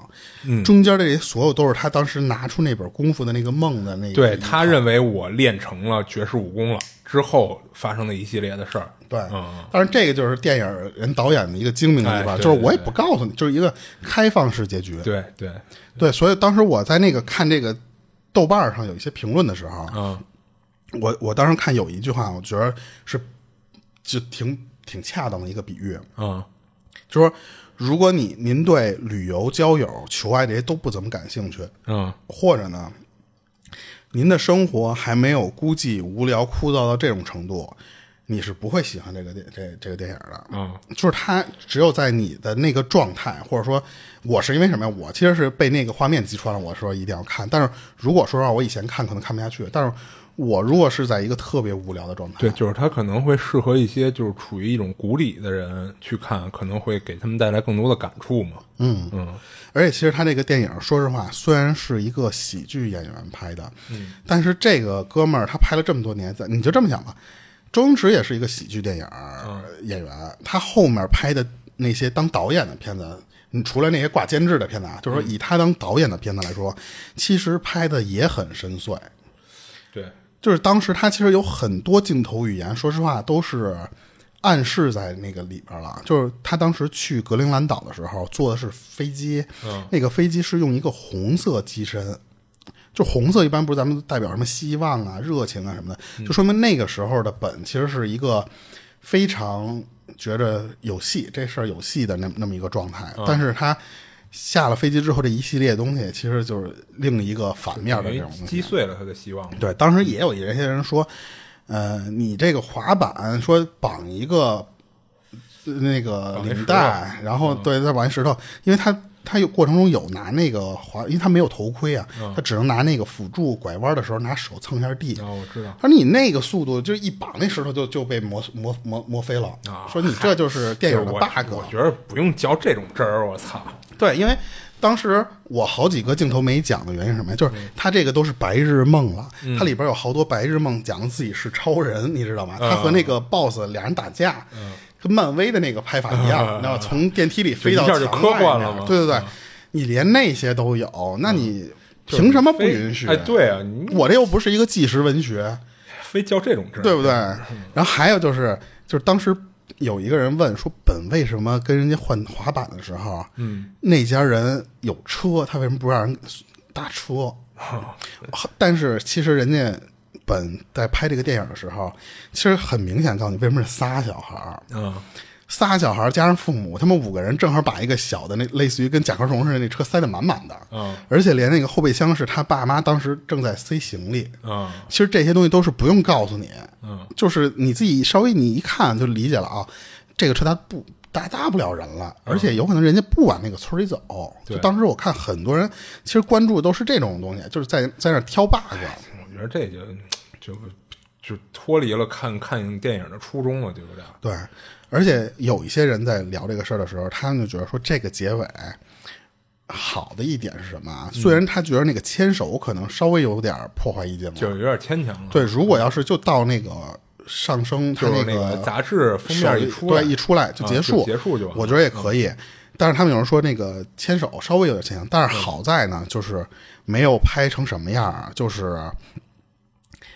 嗯中间这些所有都是他当时拿出那本功夫的那个梦的那个对他认为我练成了绝世武功了之后发生的一系列的事儿。对嗯，但是这个就是电影人导演的一个精明的地哎方，对就是对我也对不告诉你，就是一个开放式结局，对对，对，所以当时我在那个看这个豆瓣儿上有一些评论的时候，嗯我我当时看有一句话，我觉得是就挺挺恰当的一个比喻，嗯就说如果你您对旅游、交友、求爱这些都不怎么感兴趣，嗯或者呢，您的生活还没有孤寂、无聊、枯燥到这种程度，你是不会喜欢这个电这这个电影的。嗯就是它只有在你的那个状态，或者说我是因为什么呀？我其实是被那个画面击穿了，我说一定要看。但是如果说实话，我以前看可能看不下去，但是我如果是在一个特别无聊的状态，对，就是它可能会适合一些就是处于一种谷底的人去看，可能会给他们带来更多的感触嘛。嗯嗯而且其实他这个电影，说实话，虽然是一个喜剧演员拍的，嗯，但是这个哥们儿他拍了这么多年，在你就这么想吧，周星驰也是一个喜剧电影儿演员，他后面拍的那些当导演的片子。你除了那些挂监制的片子啊，就是说以他当导演的片子来说，其实拍的也很深邃。对，就是当时他其实有很多镜头语言，说实话都是暗示在那个里边了。就是他当时去格陵兰岛的时候坐的是飞机，嗯那个飞机是用一个红色机身，就红色一般不是咱们代表什么希望啊、热情啊什么的，就说明那个时候的本其实是一个非常觉着有戏，这事儿有戏的那那么一个状态。但是他下了飞机之后，这一系列东西其实就是另一个反面的等这于种东西。击碎了他的希望。对，当时也有一些人说，呃，你这个滑板说绑一个呃那个绑一石领头嗯带，然后对再绑一石头，因为他他有过程中有拿那个滑，因为他没有头盔啊，嗯他只能拿那个辅助拐弯的时候拿手蹭一下地。然后我知道，他说你那个速度，就一绑那石头就就被磨磨磨磨飞了。啊说你这就是电影的我 bug。我觉得不用较这种真儿，我操。对，因为当时我好几个镜头没讲的原因是什么呀？就是他这个都是白日梦了，嗯它里边有好多白日梦讲的自己是超人，你知道吗？嗯他和那个 boss 俩人打架，跟漫威的那个拍法一样，然后从电梯里飞到嗯就一下就墙科外幻面了嗯吗对对对，你连那些都有，那你凭什么不允许？哎，对啊，你我这又不是一个纪实文学，非较这种真儿，对不对？然后还有就是，就是当时有一个人问说，本为什么跟人家换滑板的时候，嗯，那家人有车，他为什么不让人搭车？但是其实人家本在拍这个电影的时候，其实很明显告诉你为什么是仨小孩儿。嗯，仨小孩儿加上父母，他们五个人正好把一个小的那类似于跟甲壳虫似的那车塞得满满的，嗯而且连那个后备箱是他爸妈当时正在塞行李，嗯其实这些东西都是不用告诉你，嗯，就是你自己稍微你一看就理解了啊，这个车它不搭搭不了人了，而且有可能人家不往那个村里走。就嗯对当时我看很多人其实关注的都是这种东西，就是在在那儿挑 bug。我觉得这就就就脱离了看看电影的初衷了，对不对？对，而且有一些人在聊这个事儿的时候，他们就觉得说这个结尾好的一点是什么啊？嗯虽然他觉得那个牵手可能稍微有点破坏意境了，就有点牵强了。对，如果要是就到那个上升，他就是那个杂志封手面一出来，对一出来就啊结就束，结束就完了嗯我觉得也可以。但是他们有人说那个牵手稍微有点牵强，但是好在呢，就是没有拍成什么样啊，就是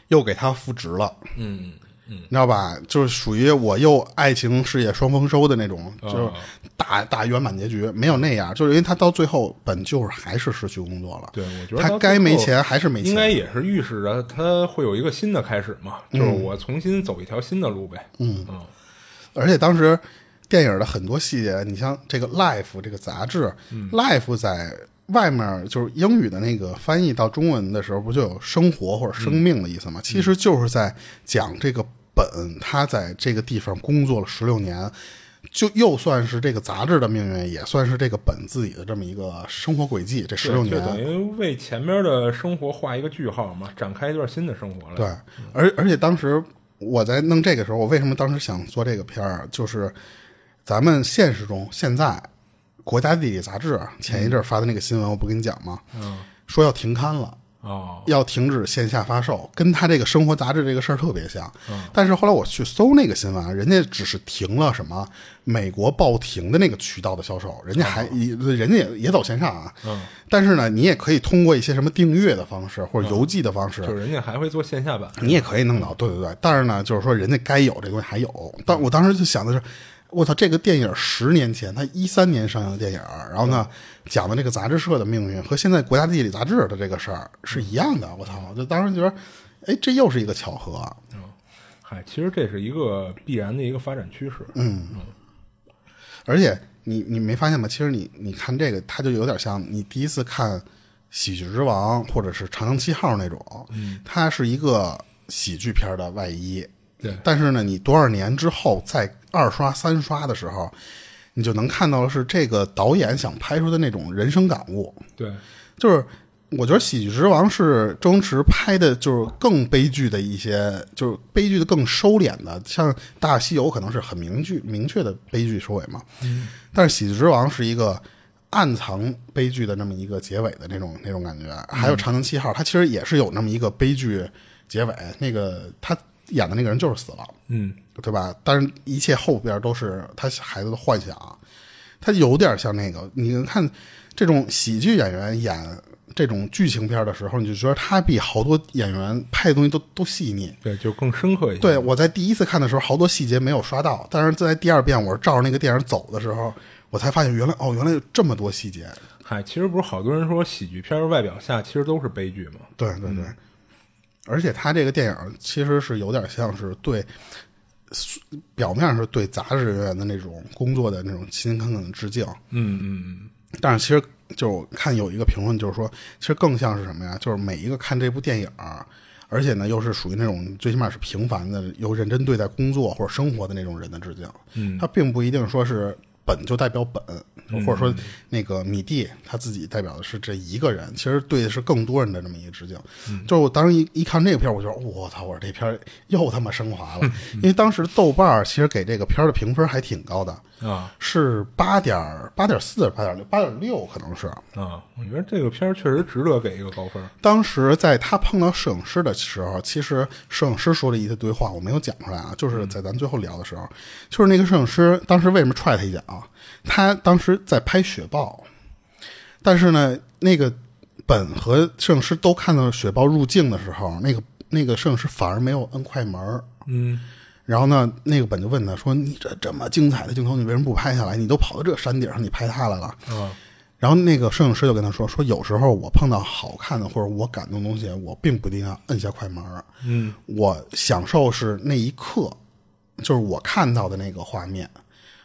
又给他复职了，嗯，你知道吧？就是属于我又爱情事业双丰收的那种，啊就是大大圆满结局，没有那样，就是因为他到最后本就是还是失去工作了，对，我觉得他到该最没后钱还是没钱，应该也是预示着他会有一个新的开始嘛，嗯就是我重新走一条新的路呗。嗯嗯而且当时电影的很多细节，你像这个《Life》这个杂志，Life》在嗯外面就是英语的那个翻译到中文的时候，不就有生活或者生命的意思嗯吗？其实就是在讲这个本他在这个地方工作了十六年。就又算是这个杂志的命运，也算是这个本自己的这么一个生活轨迹。这十六对，就年，等于为前面的生活画一个句号嘛，展开一段新的生活了。对，而而且当时我在弄这个时候，我为什么当时想做这个片儿，啊就是咱们现实中现在国家地理杂志啊前一阵儿发的那个新闻，我不跟你讲吗？嗯，说要停刊了。哦，要停止线下发售，跟他这个生活杂志这个事儿特别像。但是后来我去搜那个新闻啊，人家只是停了什么美国报停的那个渠道的销售，人家还、人家也也走线上啊。但是呢，你也可以通过一些什么订阅的方式或者邮寄的方式，就是人家还会做线下版。你也可以弄到，对对对。但是呢，就是说人家该有这东西还有。但我当时就想的是，我操，这个电影十年前，它一三年上映的电影，然后呢，讲的这个杂志社的命运和现在国家地理杂志的这个事儿是一样的。我操，就当时觉得哎，这又是一个巧合啊。嗨，其实这是一个必然的一个发展趋势。嗯，而且你你没发现吗？其实你你看这个，它就有点像你第一次看《喜剧之王》或者是《长城七号》那种，它是一个喜剧片的外衣。对但是呢，你多少年之后再二刷、三刷的时候，你就能看到的是这个导演想拍出的那种人生感悟。对，就是我觉得《喜剧之王》是周星驰拍的，就是更悲剧的一些，就是悲剧的更收敛的，像《大西游》可能是很明确明确的悲剧收尾嘛，但是《喜剧之王》是一个。暗藏悲剧的那么一个结尾的那种那种感觉，还有《长江七号》，它其实也是有那么一个悲剧结尾。那个他演的那个人就是死了，嗯，对吧？但是一切后边都是他孩子的幻想，他有点像那个，你看这种喜剧演员演这种剧情片的时候，你就觉得他比好多演员拍的东西都都细腻。对，就更深刻一些。对我在第一次看的时候，好多细节没有刷到，但是在第二遍我是照着那个电影走的时候，我才发现原来哦，原来有这么多细节。嗨，其实不是好多人说喜剧片儿外表下其实都是悲剧嘛。对对对，而且他这个电影其实是有点像是对，表面上是对杂志人员的那种工作的那种勤勤恳恳的致敬，嗯嗯但是其实就我看有一个评论就是说，其实更像是什么呀？就是每一个看这部电影儿，而且呢又是属于那种最起码是平凡的、又认真对待工作或者生活的那种人的致敬。嗯，它并不一定说是本就代表本，或者说那个米蒂他自己代表的是这一个人，其实对的是更多人的这么一个致敬。就是我当时一一看这个片儿，我就说我操，我说这片儿又他妈升华了，因为当时豆瓣儿其实给这个片儿的评分还挺高的。嗯啊是八点八点四、八点六、八点六，可能是。啊，我觉得这个片儿确实值得给一个高分儿。当时在他碰到摄影师的时候，其实摄影师说了一些对话，我没有讲出来啊，就是在咱们最后聊的时候，就是那个摄影师当时为什么踹他一脚啊？他当时在拍雪豹，但是呢，那个本和摄影师都看到雪豹入镜的时候，那个那个摄影师反而没有摁快门儿，嗯，然后呢，那个本就问他说：“你这这么精彩的镜头，你为什么不拍下来？你都跑到这山顶上，你拍它来了？”啊然后那个摄影师就跟他说：“说有时候我碰到好看的或者我感动的东西，我并不一定要摁下快门儿，嗯我享受是那一刻，就是我看到的那个画面，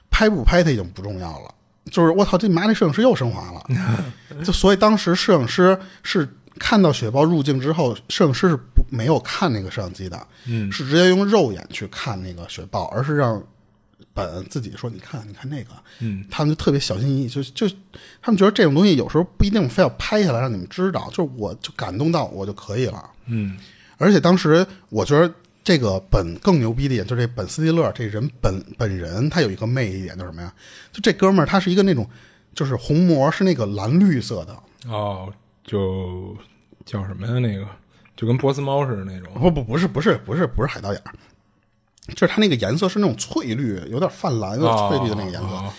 拍不拍它已经不重要了。就是我操，这妈这摄影师又升华 了。就所以当时摄影师是看到雪豹入境之后，摄影师是不没有看那个摄像机的，嗯是直接用肉眼去看那个雪豹，而是让本自己说：“你看，你看那个。”嗯，他们就特别小心翼翼，就就他们觉得这种东西有时候不一定非要拍下来让你们知道，就是我就感动到我就可以了。嗯而且当时我觉得这个本更牛逼的一点，就是这本斯蒂勒这人本本人他有一个魅力点，就是什么呀？就这哥们儿他是一个那种就是虹膜是那个蓝绿色的，哦，就叫什么呀？那个就跟波斯猫似的那种。哦不不不是不是不是不是海盗眼儿，就是他那个颜色是那种翠绿，有点泛蓝，有点翠绿的那个颜色。哦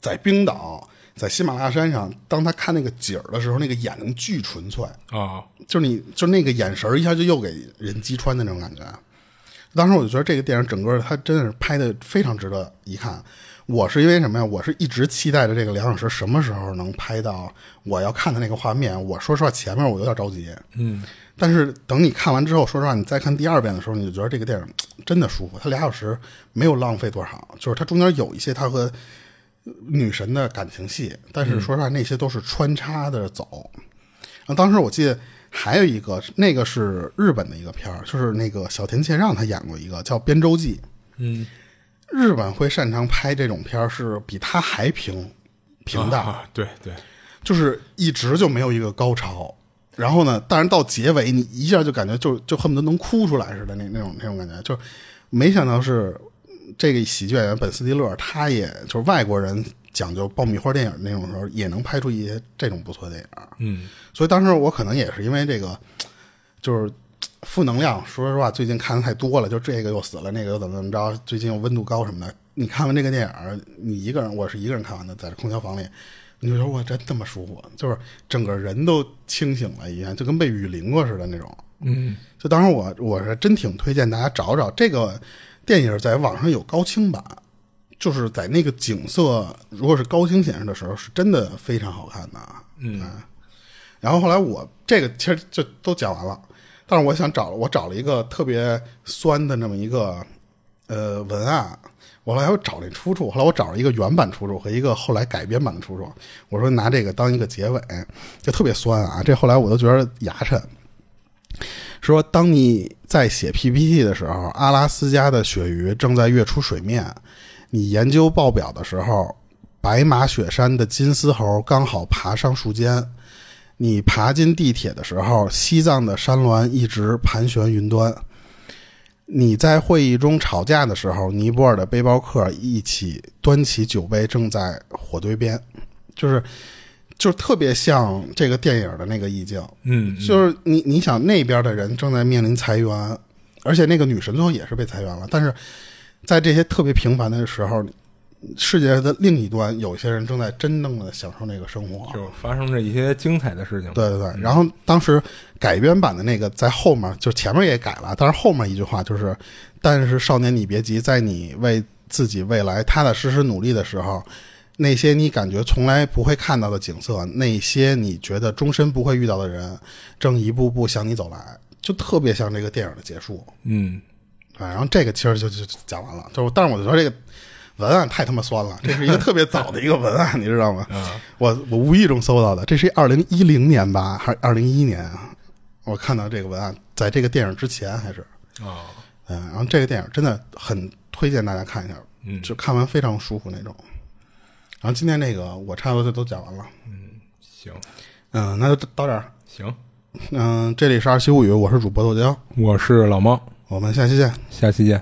在冰岛，在喜马拉雅山上，当他看那个景儿的时候，那个眼睛巨纯粹，哦哦就是你就那个眼神儿一下就又给人击穿的那种感觉。当时我就觉得这个电影整个它真的是拍的非常值得一看。我是因为什么呀？我是一直期待着这个梁老师什么时候能拍到我要看的那个画面。我说实话，前面我有点着急，嗯，但是等你看完之后，说实话，你再看第二遍的时候，你就觉得这个电影嘖真的舒服。它俩小时没有浪费多少，就是它中间有一些它和女神的感情戏，但是说实话，那些都是穿插的走。啊，当时我记得还有一个，那个是日本的一个片儿，就是那个小田切让他演过一个叫《边州记》。嗯，日本会擅长拍这种片儿，是比他还平平淡。啊，对对，就是一直就没有一个高潮。然后呢，但是到结尾你一下就感觉就就恨不得能哭出来似的那那种那种感觉，就是没想到是嗯这个喜剧演员本斯蒂勒，他也就是外国人讲究爆米花电影那种时候，也能拍出一些这种不错的电影。嗯所以当时我可能也是因为这个，就是负能量，说实话，最近看的太多了，就这个又死了，那个又怎么怎么着，最近又温度高什么的。你看完这个电影，你一个人，我是一个人看完的，在这空调房里，你就说我真他妈舒服，就是整个人都清醒了一样，就跟被雨淋过似的那种。嗯，就当时我我是真挺推荐大家找找这个电影，在网上有高清版，就是在那个景色如果是高清显示的时候，是真的啊哎非常好看的。嗯，然后后来我这个其实就都讲完了，但是我想找我找了一个特别酸的那么一个呃文案，我后来我找那出处，后来我找了一个原版出处和一个后来改编版的出处，我说拿这个当一个结尾，就特别酸啊，这后来我都觉得牙碜。说，当你在写 PPT 的时候，阿拉斯加的鳕鱼正在跃出水面；你研究报表的时候，白马雪山的金丝猴刚好爬上树尖；你爬进地铁的时候，西藏的山峦一直盘旋云端；你在会议中吵架的时候，尼泊尔的背包客一起端起酒杯，正在火堆边，就是。就是特别像这个电影的那个意境，嗯，就是你你想那边的人正在面临裁员，而且那个女神最后也是被裁员了，但是在这些特别平凡的时候，世界的另一端有些人正在真正的享受那个生活。就发生着一些精彩的事情。对对对，然后当时改编版的那个在后面，就是前面也改了，但是后面一句话就是：“但是少年你别急，在你为自己未来踏踏实实努力的时候，那些你感觉从来不会看到的景色，那些你觉得终身不会遇到的人，正一步步向你走来。”就特别像这个电影的结束，嗯，对，然后这个其实就就就讲完了，就是，但是我就说这个文案太他妈酸了，这是一个特别早的一个文案，你知道吗？啊我我无意中搜到的，这是二零一零年吧，还是二零一一年啊？我看到这个文案，在这个电影之前还是，哦，嗯，然后这个电影真的很推荐大家看一下，嗯就看完非常舒服那种。然后今天那个我差不多就都讲完了，行嗯，那就到这儿，行，嗯，这里是二七物语，我是主播豆浆，我是老猫，我们下期见。下期见。